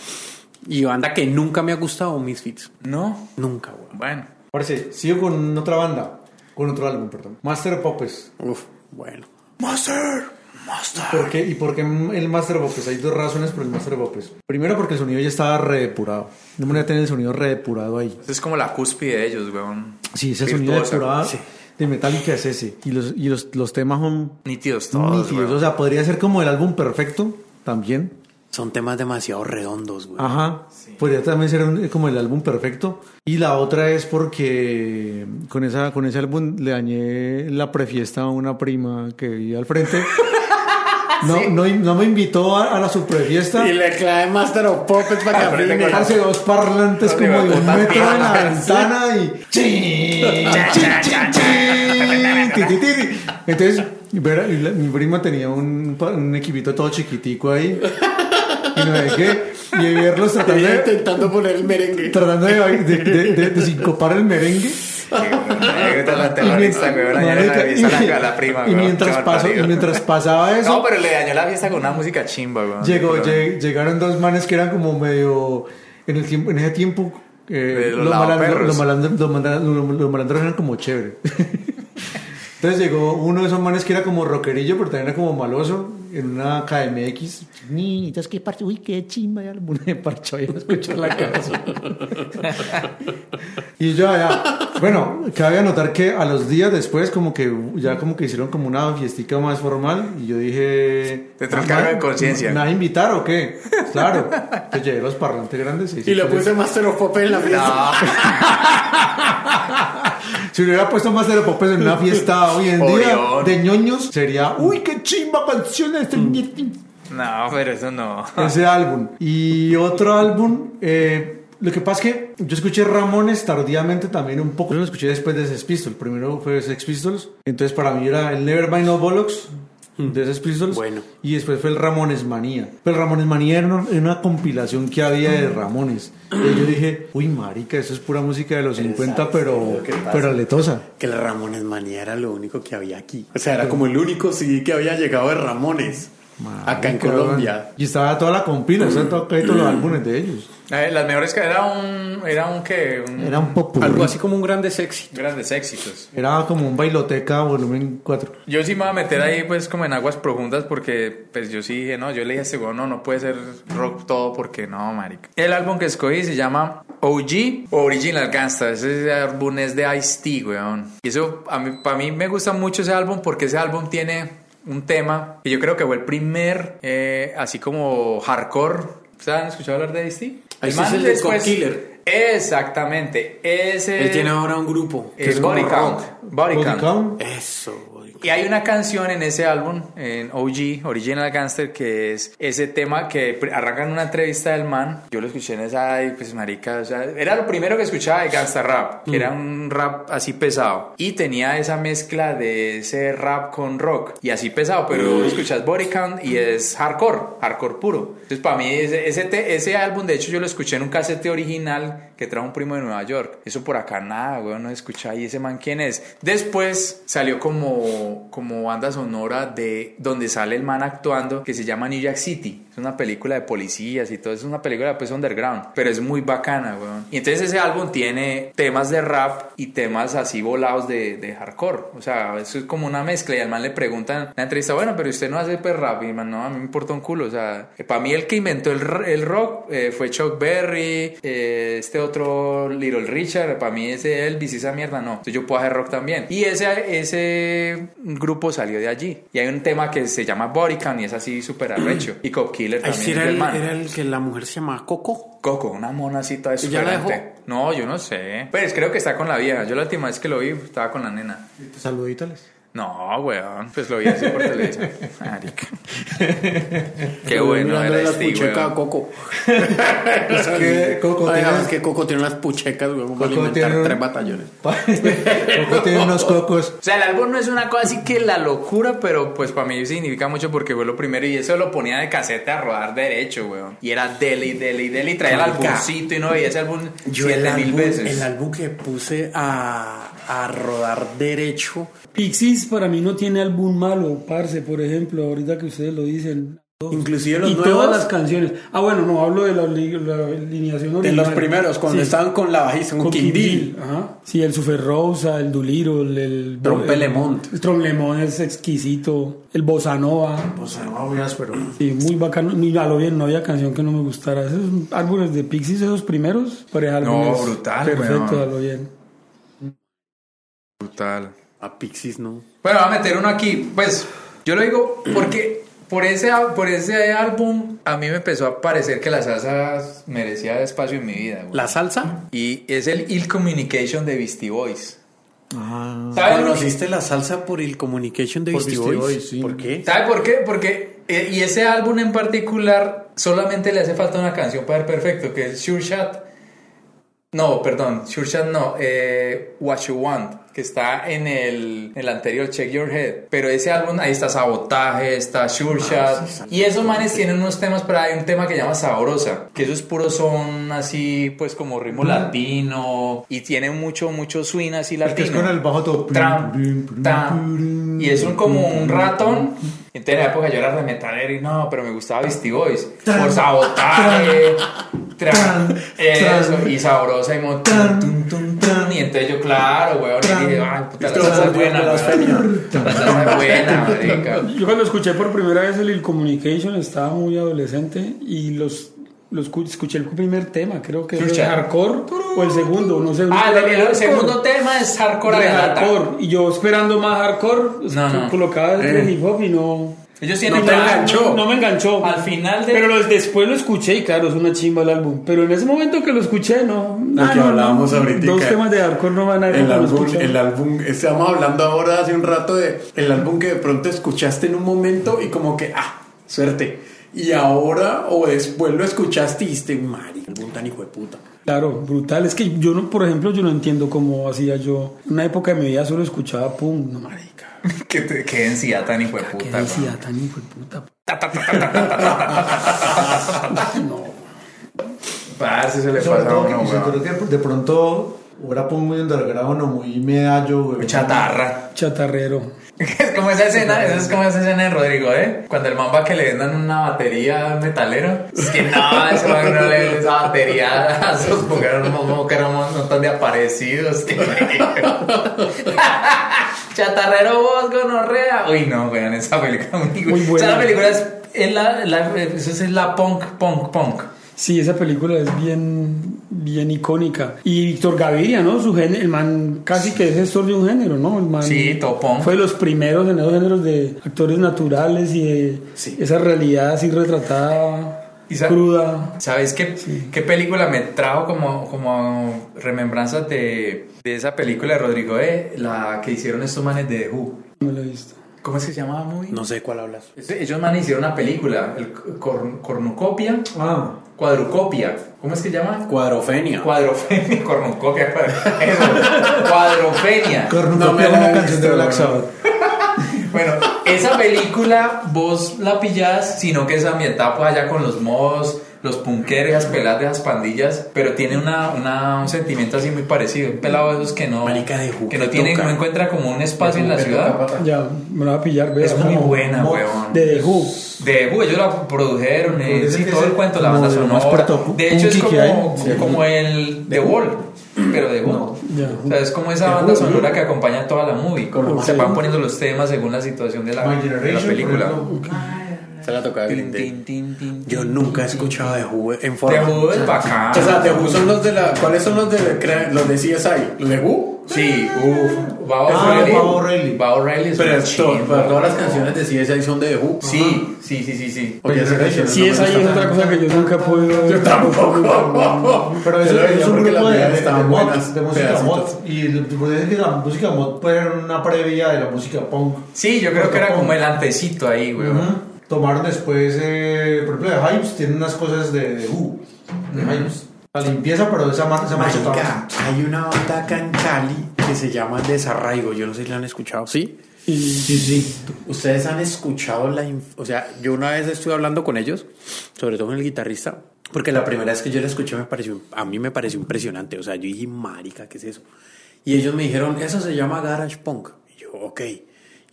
Y banda que nunca me ha gustado, Misfits. No, Nunca, weón. bueno. Parece, sigo con otra banda. Con otro álbum, perdón. Master Popes. Uf, bueno. Master, Master. ¿Por qué? ¿Y por qué el Master Popes? Hay dos razones por el Master Popes. Primero, porque el sonido ya estaba redepurado. No me voy a tener el sonido redepurado ahí. Es como la cúspide de ellos, weón. Sí, ese Virtuosa. sonido depurado Sí. de Metallica es ese. Y los, y los, los temas son Nítidos todos. nítidos. weón. O sea, podría ser como el álbum perfecto también. Son temas demasiado redondos, weón. Ah, Ajá. Podría también ser un- como el álbum perfecto. Y la otra es porque con, esa, con ese álbum le dañé la prefiesta a una prima que vivía al frente. No, no, no me invitó a, a la su prefiesta. Y le clavé Master of Puppets para que Ah, pero aprenda. tengo Hace dos parlantes No, como de digo, un botas metro en la piernas. ventana y... ¡Chin! ¡Chin, chin, chin! ¡Ti, ti, ti, ti! Entonces, ver- y la- mi prima tenía un, pa- un equipito todo chiquitico ahí. Y no dejé. Y verlos tratando Ella de, intentando poner el merengue. tratando de, de- de- de- de sincopar el merengue. Sí, weón. Llega toda la [LAUGHS] Y terrorista, weón, mientras- dañó la marica, fiesta a y- la- a la prima, y weón. mientras Qué pasó- y barbaridad. mientras pasaba eso, No, pero le dañó la fiesta con una música chimba, weón. Llegó, Pero- lle- llegaron dos manes que eran como medio. En, el tiempo, en ese tiempo. eh, De los malandros, lavaperros. los, malandros, los, malandros, los malandros eran como chévere. [LAUGHS] Entonces llegó uno de esos manes que era como rockerillo, pero también era como maloso, en una KMX. Ni, entonces qué parche, uy, qué chimba, ya le parcho, ya me escuchó en la cabeza. [LAUGHS] y yo ya, bueno, cabe anotar que a los días después, como que ya como que hicieron como una fiestica más formal, y yo dije. "Ah, Te trancaron en conciencia. ¿Me vas a invitar o qué? Pues Claro. [LAUGHS] Entonces llevé los parlantes grandes. Y le puse Master of Puppets en la fiesta. No. Si hubiera puesto más de popes en una fiesta hoy en día Orión. de ñoños, sería, uy, qué chimba canción es este No, pero eso no. [LAUGHS] Ah. ese álbum. Y otro álbum, eh, lo que pasa es que yo escuché Ramones tardíamente también un poco. Yo lo escuché después de Sex Pistols. Primero fue Sex Pistols. Entonces para mí era el Nevermind No Bollocks de Sex Pistols. Hmm. Bueno. Y después fue el Ramones Manía. Pero el Ramones Manía era una, era una compilación que había de Hmm. Ramones. Y yo dije, uy, marica, eso es pura música de los 50, pero, pero letosa. Que el Ramones Manía era lo único que había aquí. O sea, era como el único CD que había llegado de Ramones. acá en Marica, Colombia. Hmm. Y estaba toda la compila, o sea, todo- todos los álbumes de ellos. A ver, Eh, las mejores que era un. Era un que. Era un poco Algo así como un grande sexy. Grandes éxitos. Era como un bailoteca volumen 4. Yo sí me voy a meter ahí, pues, como en aguas profundas, porque, pues, yo sí dije, no, yo le dije a este weón, no, no puede ser rock todo, porque no, marica. El álbum que escogí se llama OG, Original Gangsta. Ese álbum es de Ice-T, weón. Y eso, a mí, para mí me gusta mucho ese álbum, porque ese álbum tiene un tema, que yo creo que fue el primer, eh, así como hardcore. ¿Ustedes han escuchado hablar de Ice-T? Ice-T es el de Scott Killer. Exactamente. Ese... Él tiene ahora un grupo. que es como Eh, Body rock. Count. Body Count. Eso, Body Count. Y hay una canción en ese álbum, en OG, Original Gangster, que es ese tema que pr- arranca en una entrevista del man. Yo lo escuché en esa, y pues marica, o sea, era lo primero que escuchaba de gangsta rap, que era un rap así pesado. Y tenía esa mezcla de ese rap con rock, y así pesado, pero escuchas Body Count y es hardcore, hardcore puro. Entonces para mí ese, ese, te- ese álbum, de hecho yo lo escuché en un casete original que trajo un primo de Nueva York. Eso por acá nada, weón, no escucha ahí ese man quién es. Después salió como, como banda sonora de donde sale el man actuando que se llama New Jack City. Es una película de policías y todo, es una película pues underground, pero es muy bacana, weón. Y entonces ese álbum tiene temas de rap y temas así volados de, de hardcore. O sea, eso es como una mezcla y al man le preguntan en la entrevista, bueno, pero usted no hace pues rap y el man, no, a mí me importa un culo. O sea, para mí el que inventó el, r- el rock eh, fue Chuck Berry, eh, este otro Little Richard, para mí ese Elvis y esa mierda, no. Entonces yo puedo hacer rock también. Y ese, ese grupo salió de allí. Y hay un tema que se llama Body Count y es así súper arrecho. Y Cop Killer Ahí también. sí es era del el, man. era el que la mujer se llamaba Coco. Coco, una monacita de ¿Y ya la dejó? superante. No, yo no sé. Pues creo que está con la vieja. Yo la última vez que lo vi estaba con la nena. Saludítales. No, weón. Pues lo vi así por [LAUGHS] televisión. Marica. Qué bueno Mirando era las este, puchecas a weón. Coco. [LAUGHS] es que Coco tiene- es que Coco tiene unas puchecas, güey, para Coco alimentar tiene un- tres batallones. Coco [LAUGHS] tiene unos cocos. O sea, el álbum no es una cosa así que la locura, pero pues para mí significa mucho porque fue lo primero y eso lo ponía de casete a rodar derecho, weón. Y era deli, deli, deli. Traía el Marica. álbumcito y no veía ese álbum Yo el siete mil álbum, veces. el álbum que puse a, a rodar derecho. Pixies para mí no tiene álbum malo, parce, por ejemplo, ahorita que ustedes lo dicen. Inclusive los y nuevos. todas las canciones. Ah, bueno, no, hablo de la, li- la alineación De original. los primeros, cuando Sí. estaban con la bajista, con, Con Quindil. Quindil, ajá. Sí, el Suferrosa, el Duliro, el... el Trompelemont. El, Trompelemont es exquisito. El Bossa Nova. Pues, Sí, muy bacano. Mira, lo bien, no había canción que no me gustara. Esos álbumes de Pixies, esos primeros, pareja No, álbumes. brutal, Perfecto, weón. a lo bien. Brutal. A Pixies, no. Bueno, voy a meter uno aquí. Pues yo lo digo porque por ese, por ese álbum a mí me empezó a parecer que la salsa merecía espacio en mi vida. güey. La salsa. Y es el Ill Communication de Beastie Boys. Mm. ¿Saben lo que- ¿Conociste la salsa por el Communication de Por Beastie Beastie Boys? Boys, sí. ¿Por qué? ¿Sabe por qué? Porque, eh, y ese álbum en particular, solamente le hace falta una canción para ser perfecto, que es Sure Shot. No, perdón, Sure Shot no, eh, What You Want, que está en el, en el anterior Check Your Head. Pero ese álbum, ahí está Sabotaje, está Sure Ah, Shot. y esos manes tienen unos temas, pero hay un tema que llama Sabrosa, que esos puros son así, pues como ritmo Mm. latino, y tiene mucho, mucho swing así El que latino. es con el bajo todo. Tram, tam. Y es un, como un ratón. Entonces, en la época yo era de metalero y no, pero me gustaba Beastie Boys. Por sabotaje. tram, eso, y sabrosa y mo- tum, tum, tum, tum. Y entonces yo, claro, weón. Y dije, ay, puta, la salsa es buena, weón. La salsa es buena, marica. Yo cuando escuché por primera vez el Il Communication estaba muy adolescente y los, los escu- escuché el primer tema, creo que es Escucha. hardcore o el segundo, no sé. Ah, el, el segundo tema es hardcore Re de lata. hardcore. Y yo esperando más hardcore, No, no. colocaba el hip hop y no. Ellos tienen me un enganchó. No, me enganchó. Al final de- Pero lo- después lo escuché y claro, es una chimba el álbum. Pero en ese momento que lo escuché, no. Lo Ah, que no, no. hablábamos ahorita. Dos temas de hardcore no van a El como lo álbum, escuché. el álbum, estamos hablando ahora hace un rato de el álbum que de pronto escuchaste en un momento y como que, ah, suerte. Y ahora o después lo escuchaste y dijiste, mari, álbum tan hijo de puta. Claro, brutal. Es que yo no, por ejemplo, yo no entiendo cómo hacía yo. En una época de mi vida solo escuchaba pum, no marica. que te- que densidad tan hijo de ¿Qué puta. decía tan hijo de puta? Parce, se le Sobre pasa a todo que uno, y sobre weón. todo que de pronto hubiera pongo muy underground o muy medallo, güey. Chatarra. Chatarrero. [LAUGHS] Es como esa escena, esa es como esa escena de Rodrigo, ¿eh? Cuando el man va a que le vendan una batería al metalero. Es que no, ese man no le vende esa batería a esos porque era un, como que era un montón de aparecidos, tío. [LAUGHS] Chatarrero vos, gonorrea. Uy, no, weón, esa película muy, Muy buena. Esa película es, es la, la- eso es la punk, punk, punk. Sí, esa película es bien, bien icónica. Y Víctor Gaviria, ¿no? Su género, el man casi que es gestor de un género, ¿no? El man Sí, topón. Fue de los primeros en esos géneros de actores naturales y de esa realidad así retratada, Y sa- cruda. ¿Sabes qué, qué película me trajo como, como remembranzas de, de esa película de Rodrigo E? La que hicieron estos manes de The Who. No la he visto. ¿Cómo es que se llamaba muy? No sé cuál hablas. Ellos manes hicieron una película, el cor- cornucopia, Ah, cuadrucopia. ¿Cómo es que se llama? Cuadrofenia. Cuadrofenia, [LAUGHS] cornucopia, cuadro- [LAUGHS] eso, cuadrofenia. Cornucopia, No me la una he canción de visto, Black no. Sabbath. Bueno, esa película vos la pillás, sino que es ambientada pues allá con los mods, los punkeros, las peladas de las pandillas, pero tiene una, una- un sentimiento así muy parecido. Un pelado de esos que no, Marica de Ju, que que no, tiene, toca. no encuentra como un espacio en la ciudad. Ya, me la voy a pillar, vea, Es muy como- buena, como- weón. De The Who. De Ju, ellos la produjeron, eh, Parece sí, que todo es el cuento, la como banda de lo más sonora. puerto- De hecho, es punky que como, hay. como el The Wall, pero de Ju. Ya. O sea, es como esa banda sonora que acompaña toda la movie. Se van poniendo los temas según la situación de la, My de la Generation, por película. ejemplo. Se la tocaba Green Day. Yo nunca he escuchado de Who en The forma. Who es bacán. O sea, de Who son los de la. ¿Cuáles son los de, cre- los de CSI? ¿Los de Who? Sí, uff. Bao Ah, O'Reilly. Bob O'Reilly. Bob O'Reilly es Pero una esto, chimba. Ah. pero todas las canciones de CSI son de Who. Sí, sí, sí, sí, sí. Porque esa canción Sí, no me esa ahí gusta es otra cosa que yo nunca he podido. Yo tampoco. Pero eso Yo lo es veía un porque la grupo de, mayoría de, de estaban mod, buenas, de música pedacitos. mod. Y de- de- de- la música mod fue una previa de la música punk. Sí, yo creo que era como el antecito ahí, güey. Ujú. Tomaron después, eh, por ejemplo, de Hypes, tienen unas cosas de, de Who, de Hypes. La limpieza, pero esa, mar- esa marcha estaba- Marica, hay una banda acá en Cali que se llama Desarraigo. Yo no sé si la han escuchado. ¿Sí? Sí, sí. Ustedes han escuchado la... inf- O sea, yo una vez estuve hablando con ellos, sobre todo con el guitarrista, porque la primera vez que yo la escuché me pareció... A mí me pareció impresionante. O sea, yo dije, marica, ¿qué es eso? Y ellos me dijeron, eso se llama Garage Punk. Y yo, ok.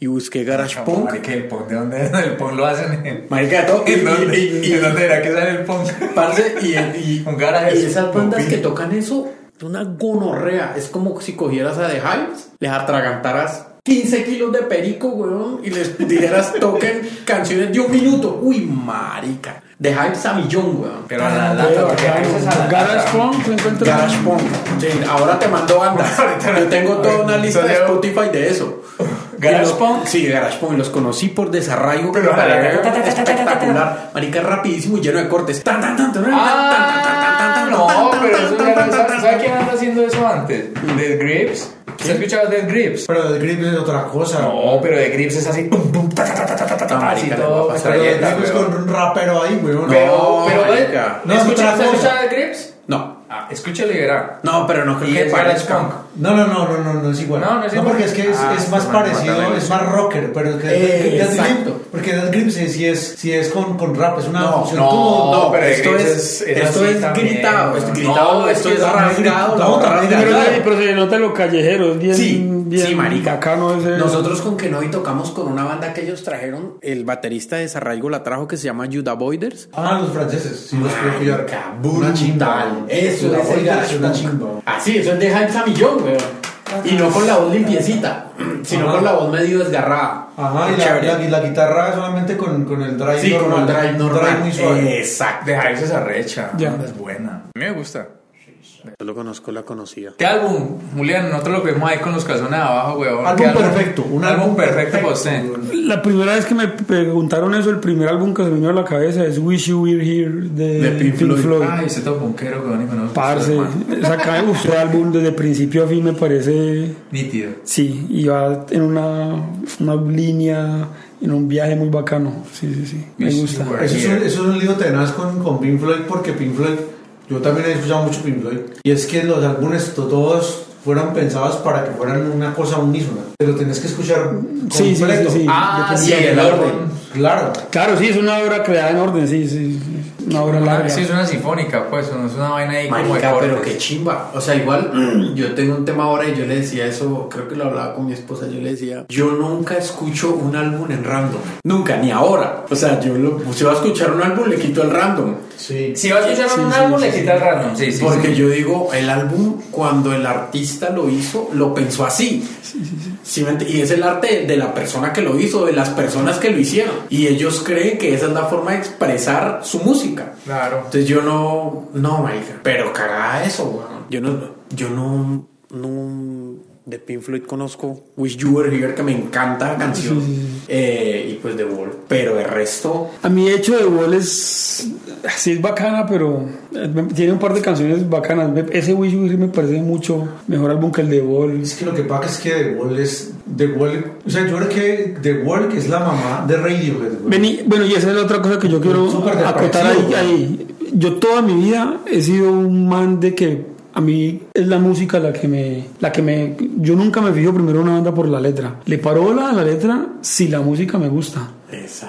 Y busqué Garage Punk. Ah, Marica, el pon, ¿de dónde [LAUGHS] el pon lo hacen? En, Marica, todo. Y, ¿En dónde, y- y- y- ¿en dónde era que sale el [LAUGHS] pon? parce, y, y- Un garaje. y esas bandas que tocan eso, una gonorrea. Es como si cogieras a The Hives, les atragantaras 15 kilos de perico, weón, y les dijeras [LAUGHS] toquen canciones de un minuto. Uy, marica. The Hives a millón, weón. Ah, Pero a la lata, porque a veces a la Garage lata. Punk, ¿lo encuentro? Garage Punk. Sí, ahora te mando bandas. [LAUGHS] Ahorita Yo tengo toda una lista de Salió. Spotify de [LAUGHS] eso. ¿Garage Y lo- Punk? Sí, Garage Punk. Los conocí por desarraigo, pero Pero para para- espectacular. Marica rapidísimo y lleno de cortes. Tan, tan, tan, tan, tan, tan, tan, tan, tan, Ah, tan, no, tan, pero tan, eso tan, ya tan, no tan, ¿Sabes tan, sabe quién anda haciendo eso antes? Dead Grips. ¿Se ha escuchado Dead Grips? Pero el grip es otra cosa. No, pero Dead Grips es así. Pum, pum, ta, ta, ta, ta, ta, ta, ta, así Marica, le todo. va a pasar Pero el metralleta, grip es weón. con un rapero ahí, güey. No. Pero, pero, marica. No, ¿escucha- otra ¿se cosa. escucha de Grips? No, Ah, escúchalo y verá. no, pero no creo Y que es Garage parezca. Punk. No, no, no, no, no, no es igual. No, no es igual. porque es que es, Ah, es más no, parecido, no, no, no. es más rocker, pero que Eh, que Death exacto. Grip- porque Dead Grip sí, sí es, sí es con, con rap, es una fusión no, como- no, pero esto el es, Grips es- es esto así es también, gritado, ¿no? es gritado, No, esto es es que también rasgado, gritado, la también rasgada. Pero, se- pero se le nota los callejeros, bien, Sí, bien sí, marica. bacano ese. Nosotros con que no y tocamos con una banda que ellos trajeron, el baterista de Desarraigo la trajo que se llama Judah Voiders. Ah, los franceses, sí, los puedo pillar. Marica, Una chimba. Eso Una es el boina, garage una punk. chimba. Así, Ah, eso es de James a millón, weón. Y no con la voz limpiecita, [CLEARS THROAT] sino Ajá. con la voz medio desgarrada. Ajá, y Qué la, chévere. la, y la guitarra solamente con, con el drive Sí, normal. como el drive un normal. Eh, muy suave. Exacto. Deja esa recha. Ya. Es buena. A mí me gusta. Solo conozco la conocida. ¿Qué álbum, Julián? Nosotros lo vemos ahí con los calzones abajo, weón. Álbum ¿Qué perfecto, Un un álbum álbum perfecto para usted. La primera vez que me preguntaron eso, el primer álbum que se me vino a la cabeza es Wish You Were Here de, De Pink Pink Floyd. Floyd. Ay, usted todo punquero, weón. Y conozco Parce, saca ese álbum desde principio a fin me parece Nítido. Sí, y va en una, una línea, en un viaje muy bacano. Sí, sí, sí. Me Miss gusta. Stewart. Eso es, un, eso es un lío tenaz con, con Pink Floyd porque Pink Floyd, yo también he escuchado mucho Pink Floyd. Y es que los álbumes to- todos fueron pensados para que fueran una cosa unísona. Pero tenés que escuchar Sí, sí, completo. sí, sí. Ah, sí, Dependía el del orden. Claro. Claro, sí, es una obra creada en orden, sí, sí. sí. Una obra larga. Sí, es una sinfónica, pues. No es una vaina ahí como de Marica, pero cortes. qué chimba. O sea, igual yo tengo un tema ahora y yo le decía eso, creo que lo hablaba con mi esposa, yo le decía, yo nunca escucho un álbum en random. Nunca, ni ahora. O sea, yo lo, si voy a escuchar un álbum le quito el random. Sí. Si vas a escuchar un álbum, le quita el random. Sí, sí. Porque yo digo, el álbum cuando el artista lo hizo, lo pensó así. ¿Sí me ent- y es el arte de la persona que lo hizo, de las personas que lo hicieron. Y ellos creen que esa es la forma de expresar su música. Claro. Entonces yo no, no, marica. Pero cagada eso, weón. Yo no, Yo no, no de Pink Floyd conozco. Wish You Were Here, que me encanta la canción. Eh, y pues The Wall. Pero el resto, A mi hecho de Wall es. Sí, es bacana, pero eh, tiene un par de canciones bacanas. Me- Ese Wish You Were Here me parece mucho mejor álbum que el de Wall. Es que lo que pasa es que The Wall es. The Wall. O sea, yo creo que The Wall que es la mamá de Radiohead. güey. Vení, bueno, y esa es la otra cosa que yo quiero Súper acotar ahí, desaparecido, ahí. Yo toda mi vida he sido un man de que a mí es la música la que me... La que me yo nunca me fijo primero en una banda por la letra. Le paro bola a la letra si la música me gusta.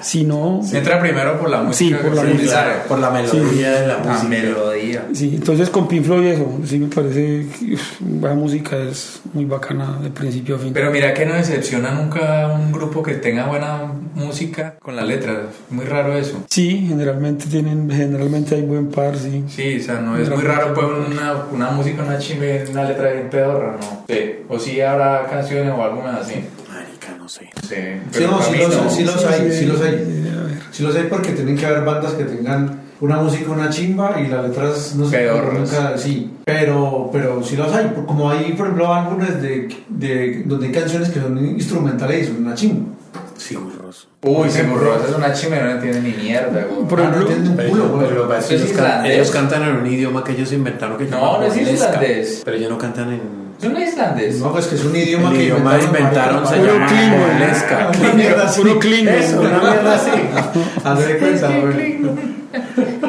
Si no... Entra primero por la Sí, música. por que la se música. utiliza. por la melodía de la La música. melodía. Sí, entonces con Pink Floyd eso, sí me parece que uf, la música es muy bacana de principio a fin. Pero mira que no decepciona nunca un grupo que tenga buena música con la letra. Es muy raro eso. sí, generalmente tienen, generalmente hay buen par, sí. Sí, o sea, no es muy raro pues una, una música, una chimbe, una letra bien pedorra, ¿no? Sí. O sí habrá canciones o álbumes así. Marica, no sé. Sí. Sí, pero no, para sí mí los, no. sí los hay, sí los hay. Eh, a ver. Sí los hay porque tienen que haber bandas que tengan una música, una chimba y las letras no sé Pedorras. nunca, sí. Pero, pero sí los hay. Como hay, por ejemplo, álbumes de, de- donde hay canciones que son instrumentales y son una chimba. Sí, burros. Uy, se burró. Esa es una chimbe, no entiende ni mierda, güey. Por Ah, no ejemplo, entienden un culo, güey. Pero lo que pasa es Es que ellos, can- islandés. ellos cantan en un idioma que ellos inventaron que se No, llama no es burlesca. islandés. Pero ellos no cantan en. ¿Son islandeses? No, pues que es un idioma El que idioma inventaron Ah, se para- Puro llama clean, güey. burlesca. Una mierda así. puro clean, Eso, güey. una mierda así. [LAUGHS] Hazle de cuenta, güey.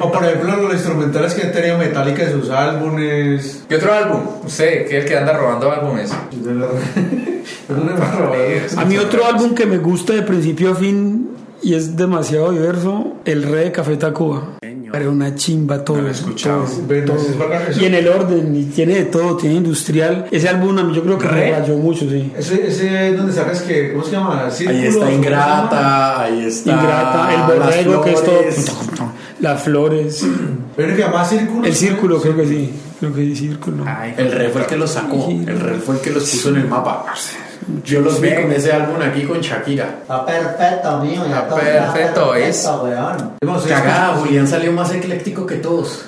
O por ejemplo, los instrumentales que han tenido Metallica en sus álbumes. ¿Qué otro álbum? Usted, que es el que anda robando álbumes. Yo [LAUGHS] no le voy a robar. A mí otro álbum que me gusta de principio a fin y es demasiado diverso, El Rey de Café Tacuba. Pero una chimba todo. todo, Ven, todo. es bacán, eso- Y en el orden, y tiene de todo, tiene industrial. Ese álbum a mí yo creo que me Re. rayó mucho, sí. Ese, ese es donde sacas que, ¿cómo se llama? Círculo, Ahí ¿cómo está se llama? Ingrata, ahí está. Ingrata, El Las Borrego, que es todo. Flores. [CLEARS THROAT] Las flores, Pero que además círculo. el círculo, creo que sí. Creo que sí, círculo. Ah, El rey fue el que los sacó, el rey fue el que los puso en el mapa. Yo los vi con ese álbum aquí con Shakira. Está perfecto, mío. ya Está perfecto, es. weón. Hemos- Cagada, Julián salió más ecléctico que todos.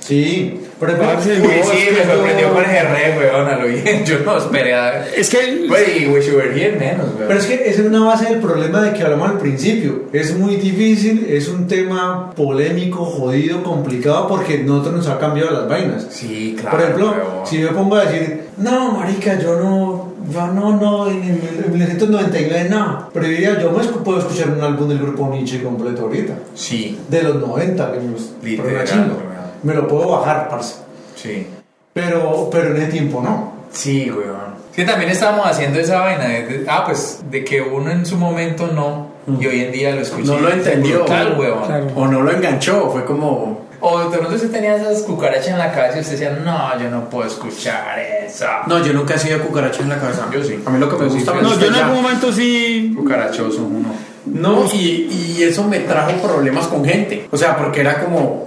Sí. Por Parce, ejemplo, Uy, no, sí, es me que sorprendió yo- con ese re, weón, a lo bien. [LAUGHS] Yo no esperé a... Es que Güey, y Wish You Were Here menos, weón. pero es que esa es una base del problema de que hablamos al principio. Es muy difícil, es un tema polémico, jodido, complicado, porque nosotros nos ha cambiado las vainas. Sí, claro, Por ejemplo, huevón. si yo pongo a decir, no, marica, yo no, yo no, no, en el- en 1999 no. Pero yo diría, yo me escu- puedo escuchar un álbum del grupo Nietzsche completo ahorita. Sí, de los 90, que me gusta, pero Literal, una chimba. weón. Me lo puedo bajar, parce. sí. Pero, pero en ese tiempo no. Sí, weón. Es que también estábamos haciendo esa vaina. de- de- ah, pues, de que uno en su momento no, y hoy en día lo escuché. No lo entendió. Brutal, weón. Claro. O no lo enganchó, fue como. O de pronto usted tenía esas cucarachas en la cabeza y usted decía, no, yo no puedo escuchar eso. No, yo nunca he sido cucaracha en la cabeza. Yo sí. A mí lo que me Yo sí, gusta me pero- no, gusta yo en ya. algún momento sí. Cucarachoso uno. No, y, y eso me trajo problemas con gente. O sea, porque era como.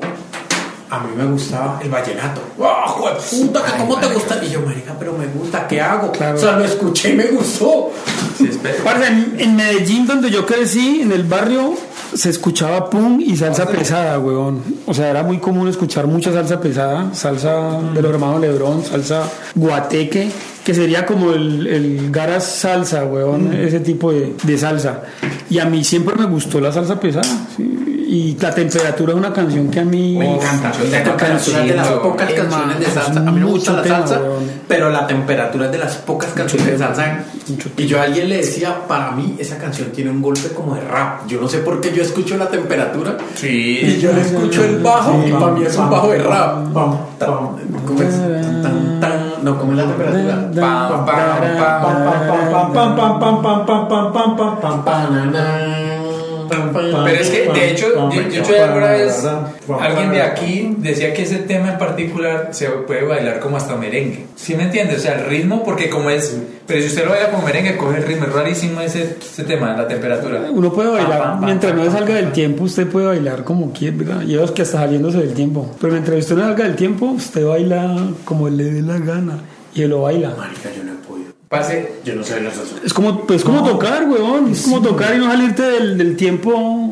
A mí me gustaba el vallenato. ¡Ah, puta! que ¿Cómo te gusta? Y yo, marica, pero me gusta, ¿qué hago? O sea, lo escuché y me gustó. Sí, espera. Parce, en, en Medellín, donde yo crecí, en el barrio, se escuchaba pum y salsa pesada, weón. O sea, era muy común escuchar mucha salsa pesada, salsa de los hermanos Lebrón, salsa guateque, que sería como el, el garas salsa, weón, Mm. ese tipo de, de salsa. Y a mí siempre me gustó la salsa pesada. sí. Y la temperatura es una canción que a mí... Me encanta. La temperatura es de las pocas canciones de salsa. A mí me gusta la Mucho tema, salsa, weón. pero la temperatura es de las pocas canciones de salsa. Y yo a alguien le decía, para mí esa canción tiene un golpe como de rap. Yo no sé por qué yo escucho la temperatura y Sí. yo le escucho el bajo y para mí es un bajo de rap. Pam, pam. ¿Cómo es? Tan, tan, tan. No, ¿cómo es la temperatura? Pam, pam, Pam, pam, pam, pam, pam, pam, pam, pam, pam, pam, pam. Pero es que, de hecho, yo, yo escuché alguna vez, alguien de aquí decía que ese tema en particular se puede bailar como hasta merengue. ¿Sí me entiendes? O sea, el ritmo, porque como es. Pero si usted lo baila como merengue, coge el ritmo. Es rarísimo ese, ese tema, la temperatura. Uno puede bailar, mientras no salga del tiempo, usted puede bailar como quiera, y ellos que está saliéndose del tiempo. Pero mientras usted no salga del tiempo, usted baila como le dé la gana y lo baila. Marica, yo no he podido. Pase. Yo no sé la razón. Es como, pues, como tocar, weón. Es como tocar y no salirte del, del tiempo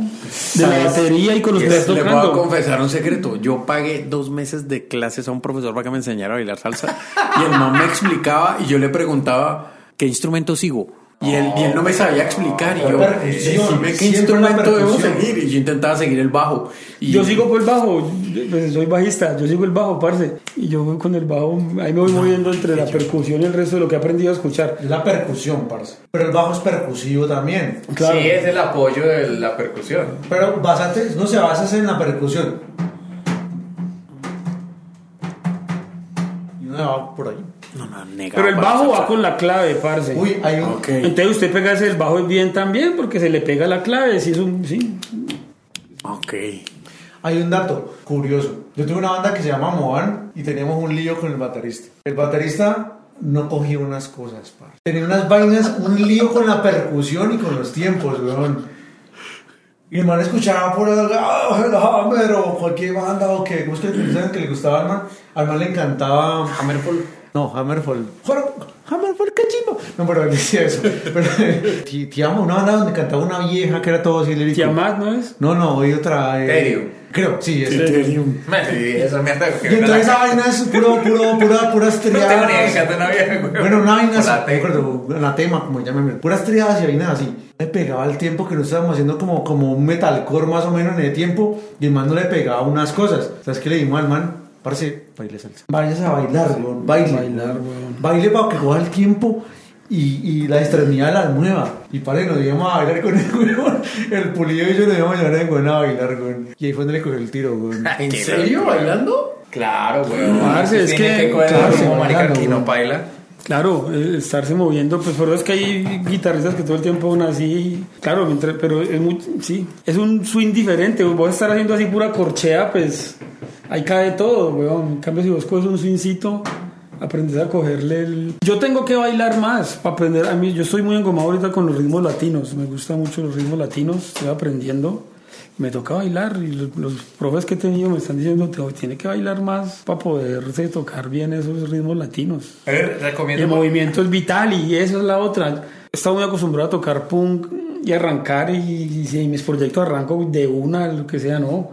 de la batería y con los Y dedos es- le voy a tocando. confesar un secreto. Yo pagué dos meses de clases a un profesor para que me enseñara a bailar [LAUGHS] salsa. Y el man me explicaba y yo le preguntaba qué instrumento sigo. Y él, y él no me sabía explicar. Y yo, percusión, "Decime qué siempre instrumento la debo percusión". seguir. Y yo intentaba seguir el bajo. Y Yo sigo por el bajo, pues soy bajista, yo sigo el bajo, parce. Y yo voy con el bajo, ahí me voy moviendo entre la percusión y el resto de lo que he aprendido a escuchar. Es la percusión, parce. Pero el bajo es percusivo también. Claro. Sí, es el apoyo de la percusión. Pero basate, no se basas en la percusión. Y uno le va por ahí. No, no, negaba Pero el para bajo va salsa. con la clave, parce. Uy, hay un. Ok. Entonces usted pegase el bajo bien también porque se le pega la clave, sí, es un, sí. Ok. Hay un dato curioso. Yo tuve una banda que se llama Moan y teníamos un lío con el baterista. El baterista no cogía unas cosas, parce. Tenía unas vainas, un lío con la percusión y con los tiempos, weón. Y el man escuchaba por el ah, el Hammer o cualquier banda o que, ¿cómo es que le dicen que le gustaba al man? Al man le encantaba. Hammerfall. No, Hammerfall. Jor- Hammerfall, qué chimbo. No, pero él decía eso. Pero, [LAUGHS] ti- Tiamo, una banda donde cantaba una vieja que era todo así lírico. Tiamat, ¿no es? No, no, hay otra. eh, Ethereum. Creo, sí, es Me sí, esa mierda que Y entonces esa vaina es puro, puro, pura, puras No tengo ni idea que triadas. canta una vieja, güey. Bueno, una vaina Por la así, me T. acuerdo, anatema, como llaman, puras triadas y vainas así. Le pegaba el tiempo que no estábamos haciendo como, como un metalcore más o menos en el tiempo y el man no le pegaba unas cosas. ¿Sabes qué le dimos al man? Parece, baile salsa. Vayas a bailar, weón, baile. Bailar, weón. Baile para que coja el tiempo y, y la extremidad la nueva. Y padre, nos íbamos a bailar con el [LAUGHS] weón. El pulido y yo nos íbamos a llevar de weón a bailar, weón. Y ahí fue donde le cogió el tiro, [LAUGHS] weón. ¿En serio? ¿Bailando? Claro, güey. Parce, es Tiene que- que coger claro, el sí, ritmo, marica, claro, que no güey. baila. Claro, el estarse moviendo, pues por eso es que hay guitarristas que todo el tiempo aún así, claro, mientras- pero es muy, sí, es un swing diferente, vos estar haciendo así pura corchea, pues ahí cae todo, weón, en cambio si vos coges un swingcito, aprendes a cogerle el... Yo tengo que bailar más para aprender, a mí yo estoy muy engomado ahorita con los ritmos latinos, me gustan mucho los ritmos latinos, estoy aprendiendo. Me toca bailar y los, los profes que he tenido me están diciendo, "Teo, tiene que bailar más para poderse tocar bien esos ritmos latinos. A ver, El recomiendo. movimiento es vital y esa es la otra. Estaba muy acostumbrado a tocar punk y arrancar y, y si mis proyectos arranco de una, lo que sea, no.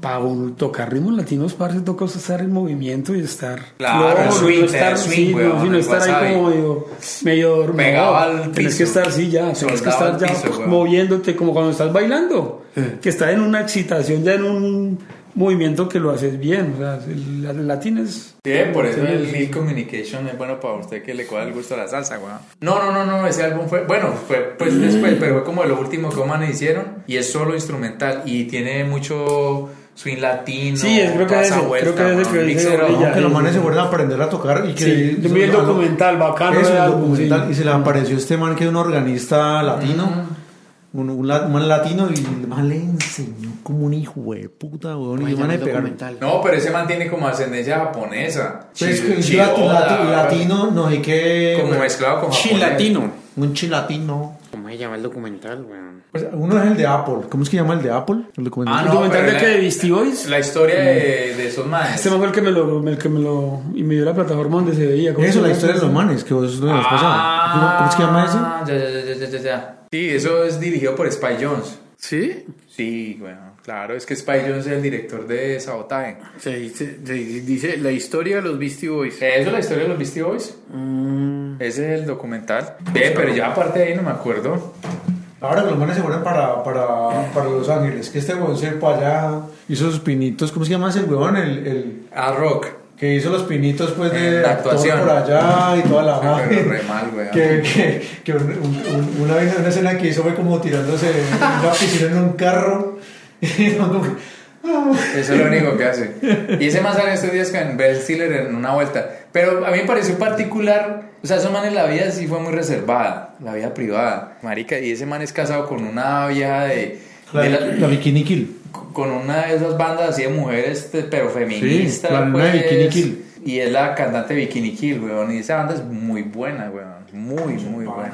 Para tocar ritmos latinos, parce, toca usted estar en movimiento y estar... Claro, No, el no swing, estar, el swing, sí, no, weón, sí, no el estar ahí wasabi. como medio... medio Pegado no, al Tenés piso. que estar, sí, ya, tenés que Soldado estar al ya piso, weón. moviéndote como cuando estás bailando. Que estás en una excitación, ya en un movimiento que lo haces bien. O sea, el, el latín es... Sí, por eso el Lil Communication es bueno para usted que le cuadra el gusto a la salsa, güey. No, no, no, no, ese álbum fue, bueno, fue pues después, pero fue como lo último que Oman hicieron y es solo instrumental y tiene mucho swing latino. Sí, es- creo que toda esa es ese, creo que es ese weón, que mix dice era- Orilla. que los manes se fueron a aprender a tocar y que Sí, yo vi el documental, bacano Eso, el el álbum, documental, sí. y se le apareció este man que es un organista latino un, un la- un man latino y el man le enseñó como un hijo de puta weón y Pues Oye, el man no le es pegaron documental. No, pero ese mantiene como ascendencia japonesa. pues Chi- que es Chiroda, lati- lati- latino no sé qué Como mezclado con japonés. Chilatino. un chilatino ¿Cómo se llama el documental, weón? Pues, uno es el de Apple ¿cómo es que llama el de Apple? el documental Ah, ¿El no, documental pero de la- que de Beastie Boys? La historia de, de esos manes. Este man fue el que me lo, el que me lo y me dio la plataforma donde se veía. ¿Cómo eso se la llama? historia de los manes que vos nos Ah. pasaba ¿Cómo, cómo es que llama eso? Ah, Ya, ya, ya, ya, ya, ya. Sí, eso es dirigido por Spy Jones. ¿Sí? Sí, bueno, claro, es que Spy Jones es el director de Sabotaje. Se dice, se dice la historia de los Beastie Boys. ¿Eso es la historia de los Beastie Boys? Ese Mm. es el documental. Pues, Ve, pero ya aparte de ahí no me acuerdo. Ahora que los manes se fueron para, para, para Los Ángeles, que este huevón se fue para allá, hizo sus pinitos, ¿cómo se llama ese huevón? El, el A Rock. que hizo los pinitos pues de Eh, la actor actuación. por allá y toda la Sí, [LAUGHS] pero madre. re mal, weón. Que, que, que un- un- un- una vez en una escena que hizo fue como tirándose en una piscina en un carro. [LAUGHS] Y no, como- Eso es lo único que hace. Y ese más sale estos días con Ben Stiller en una vuelta. Pero a mí me pareció particular. O sea, esos manes la vida sí fue muy reservada. La vida privada. Marica, y ese man es casado con una vieja de. la, de la- la Bikini Kill. con una de esas bandas así de mujeres, este, pero feministas. Sí, la pues, nena de Bikini Kill. Y es la cantante Bikini Kill, weón. Y esa banda es muy buena, weón. Muy, muy buena.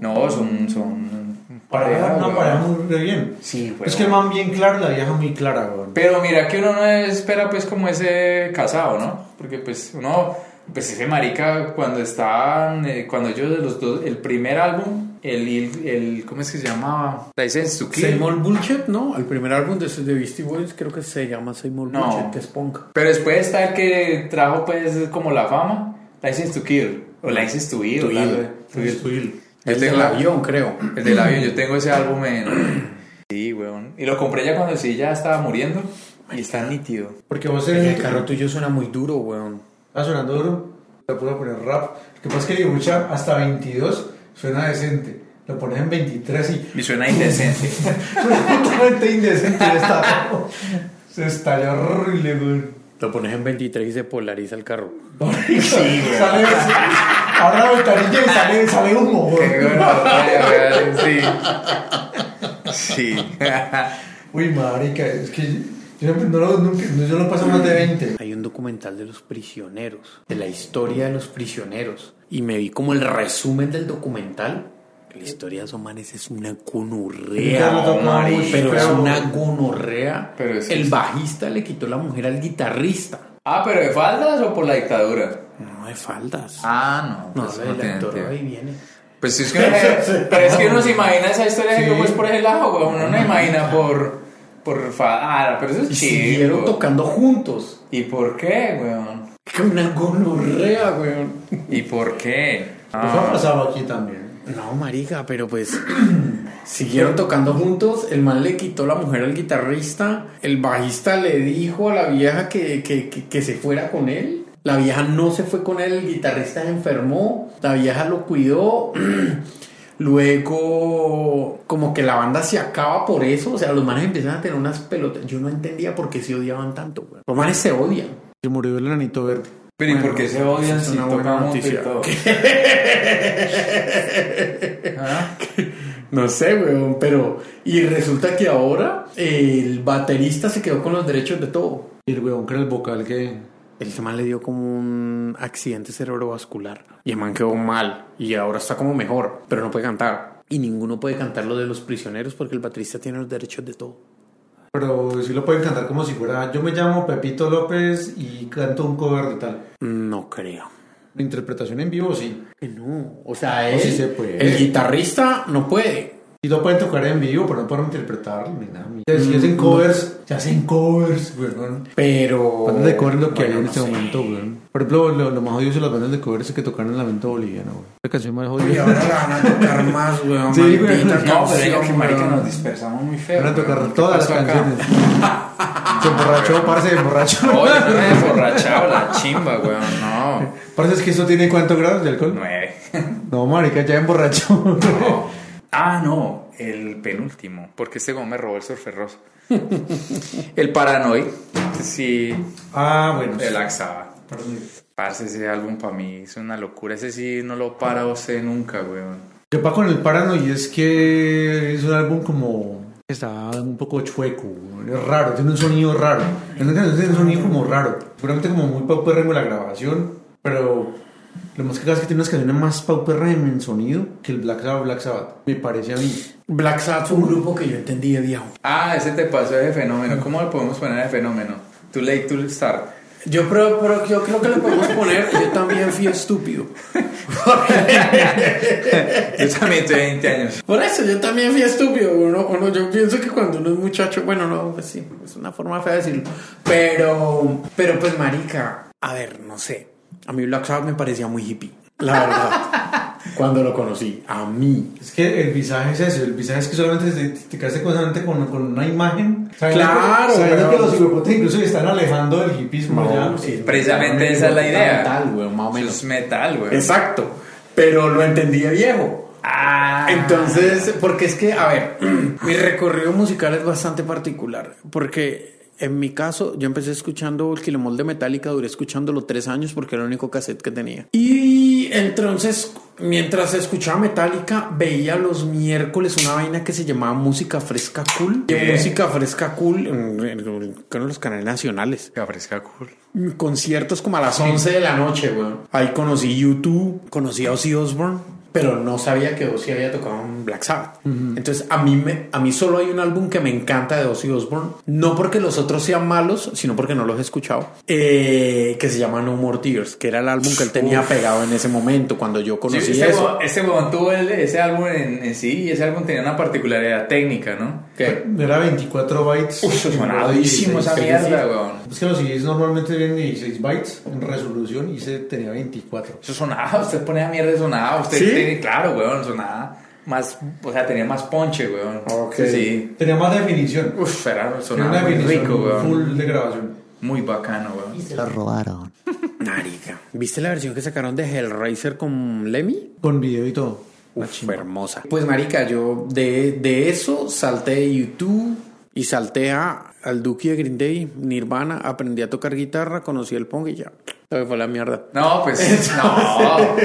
No, son. son Para no weón. paramos re bien. Sí, weón. Es que el man bien claro, la vieja muy clara, weón. Pero mira que uno no espera pues como ese casado, ¿no? Porque pues uno, pues ese marica cuando estaban, eh, cuando ellos de los dos, el primer álbum, el, el, el- ¿cómo es que se llamaba? License to Kill. Seymour Bullshit, ¿no? El primer álbum de, de Beastie Boys creo que se llama Seymour No. Bullshit, que es punk. Pero después está el que trajo pues como la fama, License to Kill, o License to Ill. To la- Ill. to Ill. Yo El del tengo la- avión, creo. el del avión, yo tengo ese álbum en... [CLEARS THROAT] Sí, weón. Y lo compré ya cuando sí ya estaba muriendo y está nítido. Porque vos El, eres carro tuyo suena muy duro, weón. Está Ah, sonando duro. Le puedo poner rap. Lo que pasa es que le escucha hasta 22 suena decente. Lo pones en 23 y Y suena indecente. [LAUGHS] suena totalmente indecente. y Está, se estalla horrible, güey. Lo pones en 23 y se polariza el carro. Sale, abre la ventanilla y sale, sale humo, Qué güey. gonorrea, weón, sí. Sí. Uy, marica, es que yo no, no lo- nunca, no- yo no paso más de 20. Hay un documental de los prisioneros, de la historia de los prisioneros. Y me vi como el resumen del documental. La historia de esos manes es una Nunca lo gonorrea, tocamos, marica, pero es pero- una gonorrea. Pero es que el es- bajista le quitó la mujer al guitarrista. Ah, pero de faldas o por la dictadura? No de faldas. Ah, no, pues la del tiene actor, sentido. ahí viene. Pues es que uno, pero es que uno se imagina esa historia de cómo es por ese lado, weón. Uno no imagina por por fadara, pero eso Y es chido. siguieron tocando juntos. ¿Y por qué, weón? Que una gonorrea, weón. ¿Y por qué? Ah, Eso ha pasado aquí también. No, marica, pero pues [CLEARS THROAT] siguieron tocando juntos. El man le quitó la mujer al guitarrista. El bajista le dijo a la vieja que, que- que- que se fuera con él. La vieja no se fue con él. El guitarrista se enfermó. La vieja lo cuidó. [CLEARS THROAT] Luego, como que la banda se acaba por eso. O sea, los manes empiezan a tener unas pelotas. Yo no entendía por qué se odiaban tanto. güey. Los manes se odian. Se murió el enanito verde. Pero ¿y por qué se odian es si una buena tocan juntos y noticia. todo? [LAUGHS] ¿Ah? No sé, weón, pero. Y resulta que ahora eh, el baterista se quedó con los derechos de todo. Y el weón que era el vocal que. El man le dio como un accidente cerebrovascular. Y el man quedó mal. Y ahora está como mejor, pero no puede cantar. Y ninguno puede cantar lo de los prisioneros porque el baterista tiene los derechos de todo. Pero sí lo pueden cantar como si fuera. Yo me llamo Pepito López y canto un cover de tal. No creo. La interpretación en vivo sí. Que no. O sea, él, sí se puede. el guitarrista no puede. Y lo pueden tocar en vivo, pero no pueden interpretarlo ni nada. mierda. Si hacen covers, se hacen covers, weón. Pero. Bandas Pues de cover es lo que hay en Bueno, Oh, no este sé. momento, weón. Por ejemplo, lo, lo más odioso de las bandas de cover es que tocaron en la venta boliviana, weón. La canción más Y odiosa. ahora la van a tocar [LAUGHS] más, weón. Sí, maldita weón. No, No, canción, pero diga que marica weón. nos dispersamos muy [LAUGHS] Van feo. a weón. tocar ¿Qué todas las pasó acá? canciones. Se emborrachó, parce, se emborrachó. [LAUGHS] Oye, [LAUGHS] no me he emborrachado la chimba, weón. No. Parce, es que eso tiene cuántos grados de alcohol. Nueve. No, marica, ya emborrachó. [LAUGHS] Ah, no, el penúltimo, porque este goma me robó el surfer rosa. [LAUGHS] el Paranoid, sí, [LAUGHS] Ah, bueno. sí. relaxaba. Parce, ese álbum para mí es una locura. Ese sí no lo para usted nunca, weón. que pasa con el Parano y es que es un álbum como está un poco chueco, es raro, tiene un sonido raro. En una canción tiene un sonido como raro, seguramente como muy paupérrimo la grabación, pero lo más que pasa es que tiene unas canciones más paupérrimas en sonido que el Black Sabbath, Black Sabbath, me parece a mí. Black Sabbath fue un grupo que yo entendí de viejo. Ah, ese te pasó ese fenómeno. ¿Cómo le podemos poner el fenómeno? Too late to start. Yo, pero, pero yo creo que le podemos poner. Yo también fui estúpido. [LAUGHS] Yo también tuve 20 años. Por eso, yo también fui estúpido. Uno, uno- yo pienso que cuando uno es muchacho, bueno, no, pues sí, es una forma fea de decirlo. Pero, pero pues, marica, a ver, no sé. A mí Black Sabbath me parecía muy hippie, la verdad. [LAUGHS] cuando lo conocí, a mí. Es que el visaje es eso, el visaje es que solamente te, te quedaste constantemente con, con una imagen. sabiendo Claro, que- Sabiendo pero- que los hipopotas incluso se están alejando del hipismo ya. Pues Precisamente esa es la idea. Metal, güey, más o Eso menos. es metal, güey. Exacto. Pero lo entendí de viejo. Ah. Entonces, porque es que, a ver, [CLEARS THROAT] mi recorrido musical es bastante particular, porque en mi caso yo empecé escuchando el Kilomol de Metallica, duré escuchándolo tres años porque era el único cassette que tenía. Y entonces, mientras escuchaba Metallica, veía los miércoles una vaina que se llamaba Música Fresca Cool. Y en Música Fresca Cool, en- en- en- que eran los canales nacionales Que aparezca cool. conciertos como a las 11 de la noche, weón. Ahí conocí YouTube, conocí a Ozzy Osbourne, pero no sabía que Ozzy había tocado en Black Sabbath. Entonces, a mí, me, a mí solo hay un álbum que me encanta de Ozzy Osbourne, no porque los otros sean malos, sino porque no los he escuchado, eh, que se llama No More Tears, que era el álbum que él tenía pegado en ese momento cuando yo Sí, conocí este, eso. huevón- este huevón tuvo el- ese álbum en, en sí y ese álbum tenía una particularidad técnica, ¿no? Que Era 24 bytes. sonadísimo 16, esa sí, sí. mierda, weón. Es que los CDs normalmente vienen 16 bytes en resolución y se tenía 24. Eso sonaba, [LAUGHS] usted ponía mierda de sonaba, usted ¿Sí? tiene, claro, weón, sonaba más, o sea, tenía más ponche, weón. Ok. Sí. Tenía más definición. Uf, era, Tenía sonaba una muy definición rico, weón. full de grabación. Muy bacano, weón. Narica. ¿Viste la versión que sacaron de Hellraiser con Lemmy? Con video y todo. Uf, fue hermosa. Pues marica, yo de, de eso salté de YouTube y salté a, al Duki de Green Day, Nirvana, aprendí a tocar guitarra, conocí el punk y ya. Lo que fue la mierda. No, [LAUGHS] pues, no.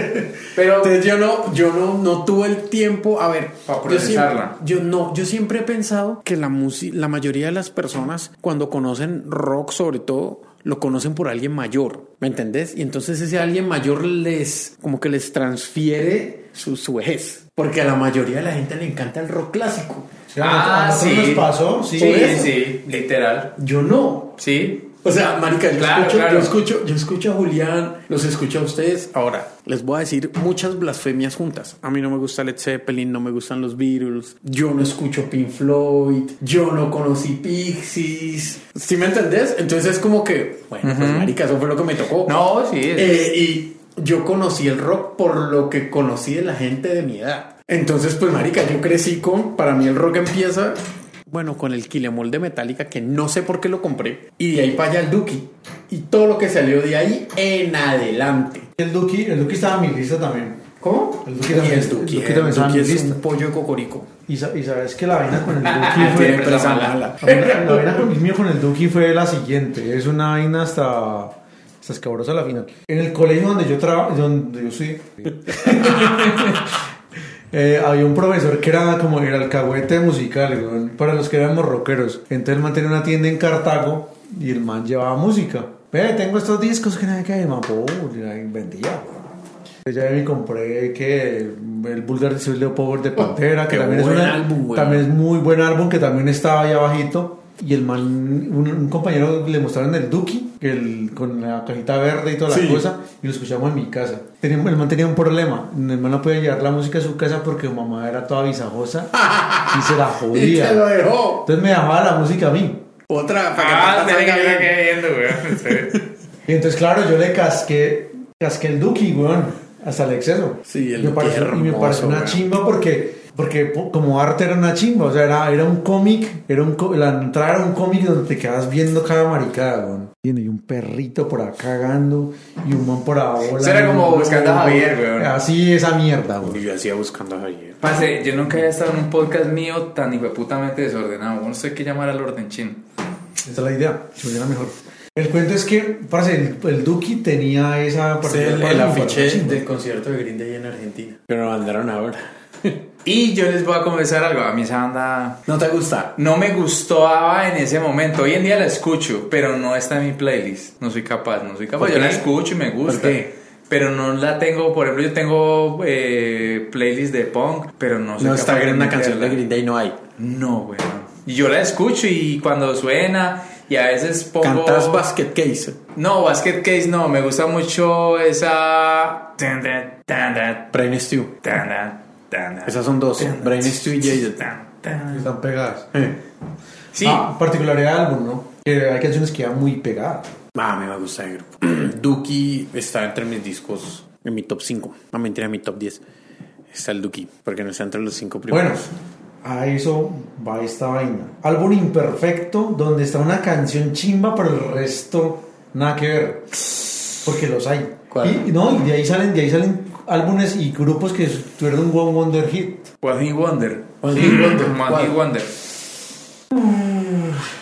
Pero, Entonces yo no, yo no, no tuve el tiempo, a ver, Para yo, siempre, procesarla. yo no, yo siempre he pensado que la musi- la mayoría de las personas cuando conocen rock sobre todo lo conocen por alguien mayor, ¿me entendés? Y entonces ese alguien mayor les como que les transfiere su, su vejez, porque a la mayoría de la gente le encanta el rock clásico. Sí, a nosotros nos pasó, sí. Ah, Sí, Por eso. sí, literal. Yo no. Sí. O sea, marica, yo, Claro, escucho, claro. yo escucho, yo escucho a Julián, los escucho a ustedes. Ahora, les voy a decir muchas blasfemias juntas. A mí no me gusta Led Zeppelin, no me gustan los Beatles, yo no escucho Pink Floyd, yo no conocí Pixies. ¿Sí me entendés? Entonces es como que, bueno, pues marica, eso fue lo que me tocó. No, sí. es- Eh, y yo conocí el rock por lo que conocí de la gente de mi edad. Entonces, pues, marica, yo crecí con... Para mí el rock empieza... Bueno, con el Kilemol de Metallica, que no sé por qué lo compré. Y de ahí para allá el Duki. Y todo lo que salió de ahí en adelante. El Duki, el Duki estaba en mi lista también. ¿Cómo? El Duki también- es Duki. el Duki también estaba en mi es lista. un pollo de cocorico. Y, sa- y sabes que la vaina [LAUGHS] con el Duki Tiene fue... presa mala. A mí La la vaina con, mío con el Duki fue la siguiente. Es una vaina hasta, hasta escabrosa la final. En el colegio donde yo trabajo, donde yo estudié, eh, había un profesor que era como el alcahuete musical, weón, para los que éramos rockeros. Entonces el man tenía una tienda en Cartago y el man llevaba música. Ve, tengo estos discos que nadie que man, pum, y ahí vendía, weón. Yo Ya me compré que el Vulgar Display de Power de Pantera, que qué también es, buen una- álbum, güey. también es muy buen álbum, que también estaba ahí abajito. Y el man, un, un compañero le mostraron el Duki, el, con la cajita verde y toda la cosa, y lo escuchamos en mi casa. Teníamos- el man tenía un problema, el man no podía llevar la música a su casa porque su mamá era toda visajosa y [LAUGHS] se la Y te lo jodía. dejó. Entonces me dejaba la música a mí. Otra. para que Ah, no te mira que salga yo la bien. quedé viendo, weón. Sí. Y entonces, claro, yo le casqué, casqué el Duki, weón, hasta el exceso. Sí, el me Duki pareció, es y me pareció hermoso, una weón. chimba porque, porque po- como arte era una chimba, o sea, era, era un cómic, era un có- la entrada era un cómic donde te quedas viendo cada maricada, weón. Entiendo, Y un perrito por acá cagando y un man por ahí. volando, era como weón. buscando a Javier, weón. Así Ah, esa mierda, weón. Y yo hacía buscando a Javier. Parce, yo nunca había estado en un podcast mío tan hijueputamente desordenado. No sé qué llamar al orden chin. Esa es la idea, se volviera mejor. El cuento es que, parce, el, el Duki tenía esa Sí, el, el para- afiche chimba. del concierto de Green Day en Argentina. Pero lo mandaron ahora. Y yo les voy a confesar algo. A mí esa banda ¿No te gusta? no me gustaba en ese momento. Hoy en día la escucho, pero no está en mi playlist. No soy capaz, no soy capaz. ¿Por Yo la qué? escucho y me gusta. ¿Por qué? Pero no la tengo, por ejemplo, yo tengo eh, playlist de punk, pero no soy No capaz está de en una canción de meterla. Green Day, no hay. No, weón. Y yo la escucho y cuando suena y a veces pongo... Cantas basket case. No, Basket Case no, me gusta mucho esa... Tan, tan, tan, tan, Brain Stew. tan, tan, tan, tan. Esas son dos. Brain Stew y Eh. Jaded. Tan, tan. Están pegadas. Sí, Ah, particularidad del álbum, ¿no? Que hay canciones que van muy pegadas. Ah, me va a gustar el grupo. [CLEARS THROAT] Duki está entre mis discos. En mi top 5. No, mentira, en mi top 10. Está el Duki, porque no está entre los 5 Bueno, primeros. a eso va esta vaina. Álbum imperfecto donde está una canción chimba, pero el resto nada que ver. Porque los hay. ¿Cuál? Y, no, y de ahí salen, de ahí salen álbumes y grupos que tuvieron un One Wonder Hit. One Hit Wonder. One Hit Wonder. One ¿Cuál? Hit Wonder.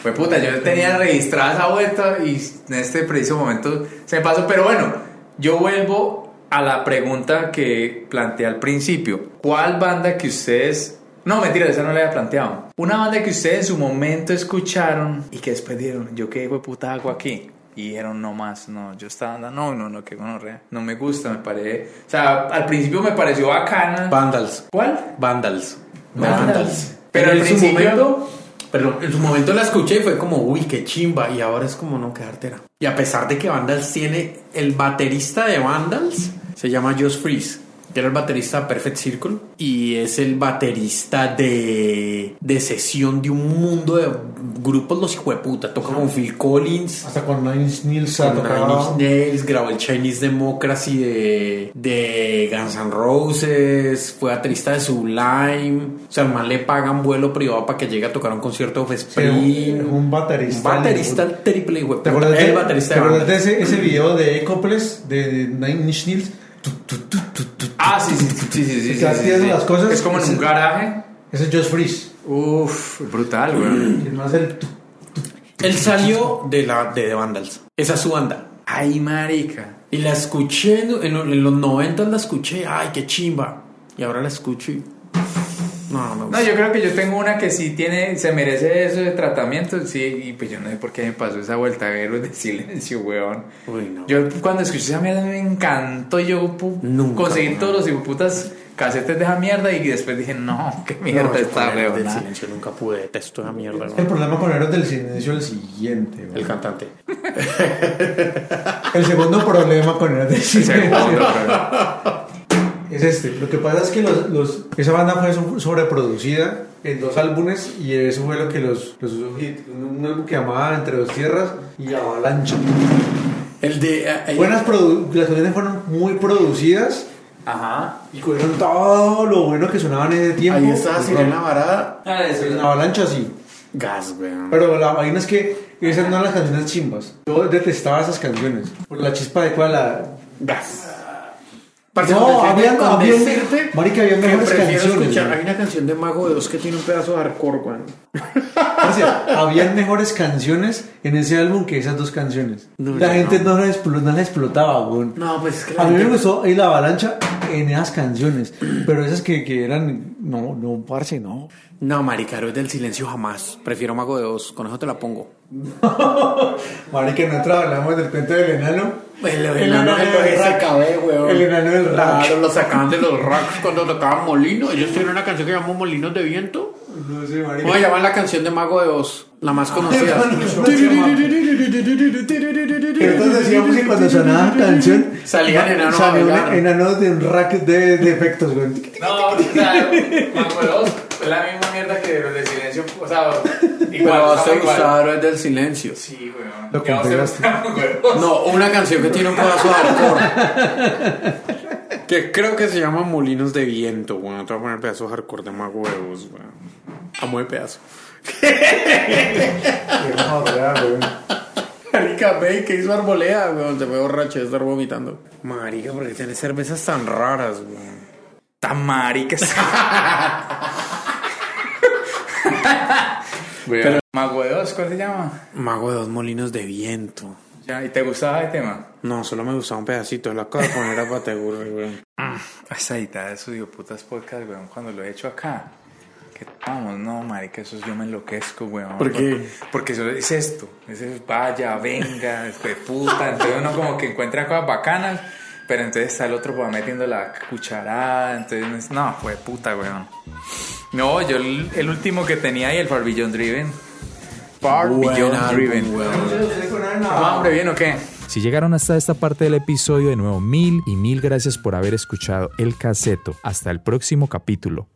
Fue puta, yo tenía registrada esa vuelta y en este preciso momento se me pasó. Pero bueno, yo vuelvo a la pregunta que planteé al principio. ¿Cuál banda que ustedes... No, mentira, esa no la había planteado. Una banda que ustedes en su momento escucharon y que después dijeron, yo qué fue puta hago aquí. Y dijeron, no más, no, yo estaba banda, no, no, no, que gonorrea. No me gusta, me parece... O sea, al principio me pareció bacana. Vandals. ¿Cuál? Vandals. Vandals. Pero Pero al en su principio- momento, perdón, en su momento la escuché y fue como, uy, qué chimba. Y ahora es como no quedártela. Y a pesar de que Vandals tiene el baterista de Vandals, se llama Josh Freeze. Que era el baterista de Perfect Circle y es el baterista de, de sesión de un mundo de grupos los hijueputa. Toca con Phil Collins, Hasta con Nine Inch Nails ha Con tocado. Nine Inch Nails, grabó el Chinese Democracy de, de Guns N' Roses, fue baterista de Sublime. O sea, al man le pagan vuelo privado para que llegue a tocar un concierto de Pero Offspring. un baterista. Un baterista al triple, güey. ¿Te acuerdas, El de, baterista te de acuerdas banda. de ese, ese video de Ecoples de, de Nine Inch Nails? Tu, tu, tu, tu, tu. Ah, sí, sí, sí, sí, sí, sí, O sea, sí, tiene sí. las cosas- Es como en un garaje. Ese es Just Freeze. Uf, brutal, güey. Que no hace el tu. Él salió de, la, de The Vandals. Esa es su banda. Ay, marica. Y la escuché en, en- en los 90 la escuché. Ay, qué chimba. Y ahora la escucho y. No, no me No, gusta. yo creo que yo tengo una que sí tiene, se merece eso de tratamiento, sí, y pues yo no sé por qué me pasó esa vuelta de héroes de silencio, weón. Uy, no. Yo cuando escuché esa mierda me encantó, yo pu- Nunca, conseguí weón. todos los hijueputas casetes de esa mierda y después dije, no, qué mierda No, yo está, con Héroes del weón. silencio nunca pude. Detesto esa mierda. güey. El [LAUGHS] problema con Héroes del Silencio es el siguiente. güey. El cantante. El segundo problema con [LAUGHS] Héroes del Segundo, Silencio weón. es este. Lo que pasa es que los, los- esa banda fue so- sobreproducida en dos álbumes y eso fue lo que los, los hizo hit. Un, un álbum que llamaba Entre dos Tierras y Avalancha. El de. eh, eh, Buenas produ- las canciones fueron muy producidas Ajá. y cogieron todo lo bueno que sonaba en ese tiempo. Ahí está Sirena Varada. Ah, eso es En Avalancha sí. Gas, weón. Pero la vaina es que esas no eran las canciones chimbas. Yo detestaba esas canciones. Por la chispa de cuál la, Gas. No, habían, habían, decirte marica, habían que mejores prefiero canciones. escuchar. güey. Hay una canción de Mago de Dos que tiene un pedazo de hardcore, weón. Parce, habían mejores canciones en ese álbum que esas dos canciones. la gente no las explo- no las explotaba, güey. No, pues es que la A mí me gente- gustó El Avalancha en esas canciones, pero esas que, que eran, no, no, parce, no. No, Maricaro es del silencio jamás. Prefiero Mago de Dos. Con eso te la pongo. Marica, nosotros hablamos del cuento del enano. El enano enano del del rack. acabé, weón. El enano del rack. Claro, lo sacaban de los racks cuando tocaban Molino. Ellos tuvieron una canción que llamó Molinos de Viento. No sé, marica. ¿Cómo se llama la canción de Mago de Oz? La más conocida. [LAUGHS] Entonces decíamos que cuando sonaba canción Salía el enano a salía un bailar. enano de un rack de, de efectos, güey. No, o sea, Mango Dos es la misma mierda que los de silencio. O sea, Pero igual. a vos estaba te igual. gustaba Héroes del Silencio. Sí, weón. Lo Y a vos te [LAUGHS] compraste. gustaba Mango Dos. No, una canción que tiene un pedazo de hardcore. que creo que se llama Molinos de Viento, Bueno, Te voy a poner pedazo de hardcore de más huevos, weón. Amo de pedazo. Qué morra, güey. Marica, ve que hizo arboleda, weón. Te fue borracho de estar vomitando. Marica, porque tienes cervezas tan raras, weón. Tan marica. [LAUGHS] Pero Mango Dos, ¿cuál se llama? Mago de dos molinos de viento. Ya, ¿y te gustaba ese tema? No, solo me gustaba un pedacito. Lo acabo de poner [LAUGHS] a Pateguro, weón. Esa editada Pues de esos putas podcast, weón, cuando lo he hecho acá. Que vamos, no, marica, eso es- yo me enloquezco, weón. ¿Por qué? Porque, porque eso es esto. Es el vaya, venga, hijo de puta. Entonces uno como que encuentra cosas bacanas, pero entonces está el otro pues, metiendo la cucharada. Entonces, uno dice, no, fue puta, weón. No, yo el, el último que tenía ahí, el Farbillon Driven. Far Buen Beyond álbum, Driven. weón. Ah, hombre, bien o qué? Si llegaron hasta esta parte del episodio, de nuevo mil y mil gracias por haber escuchado el caseto. Hasta el próximo capítulo.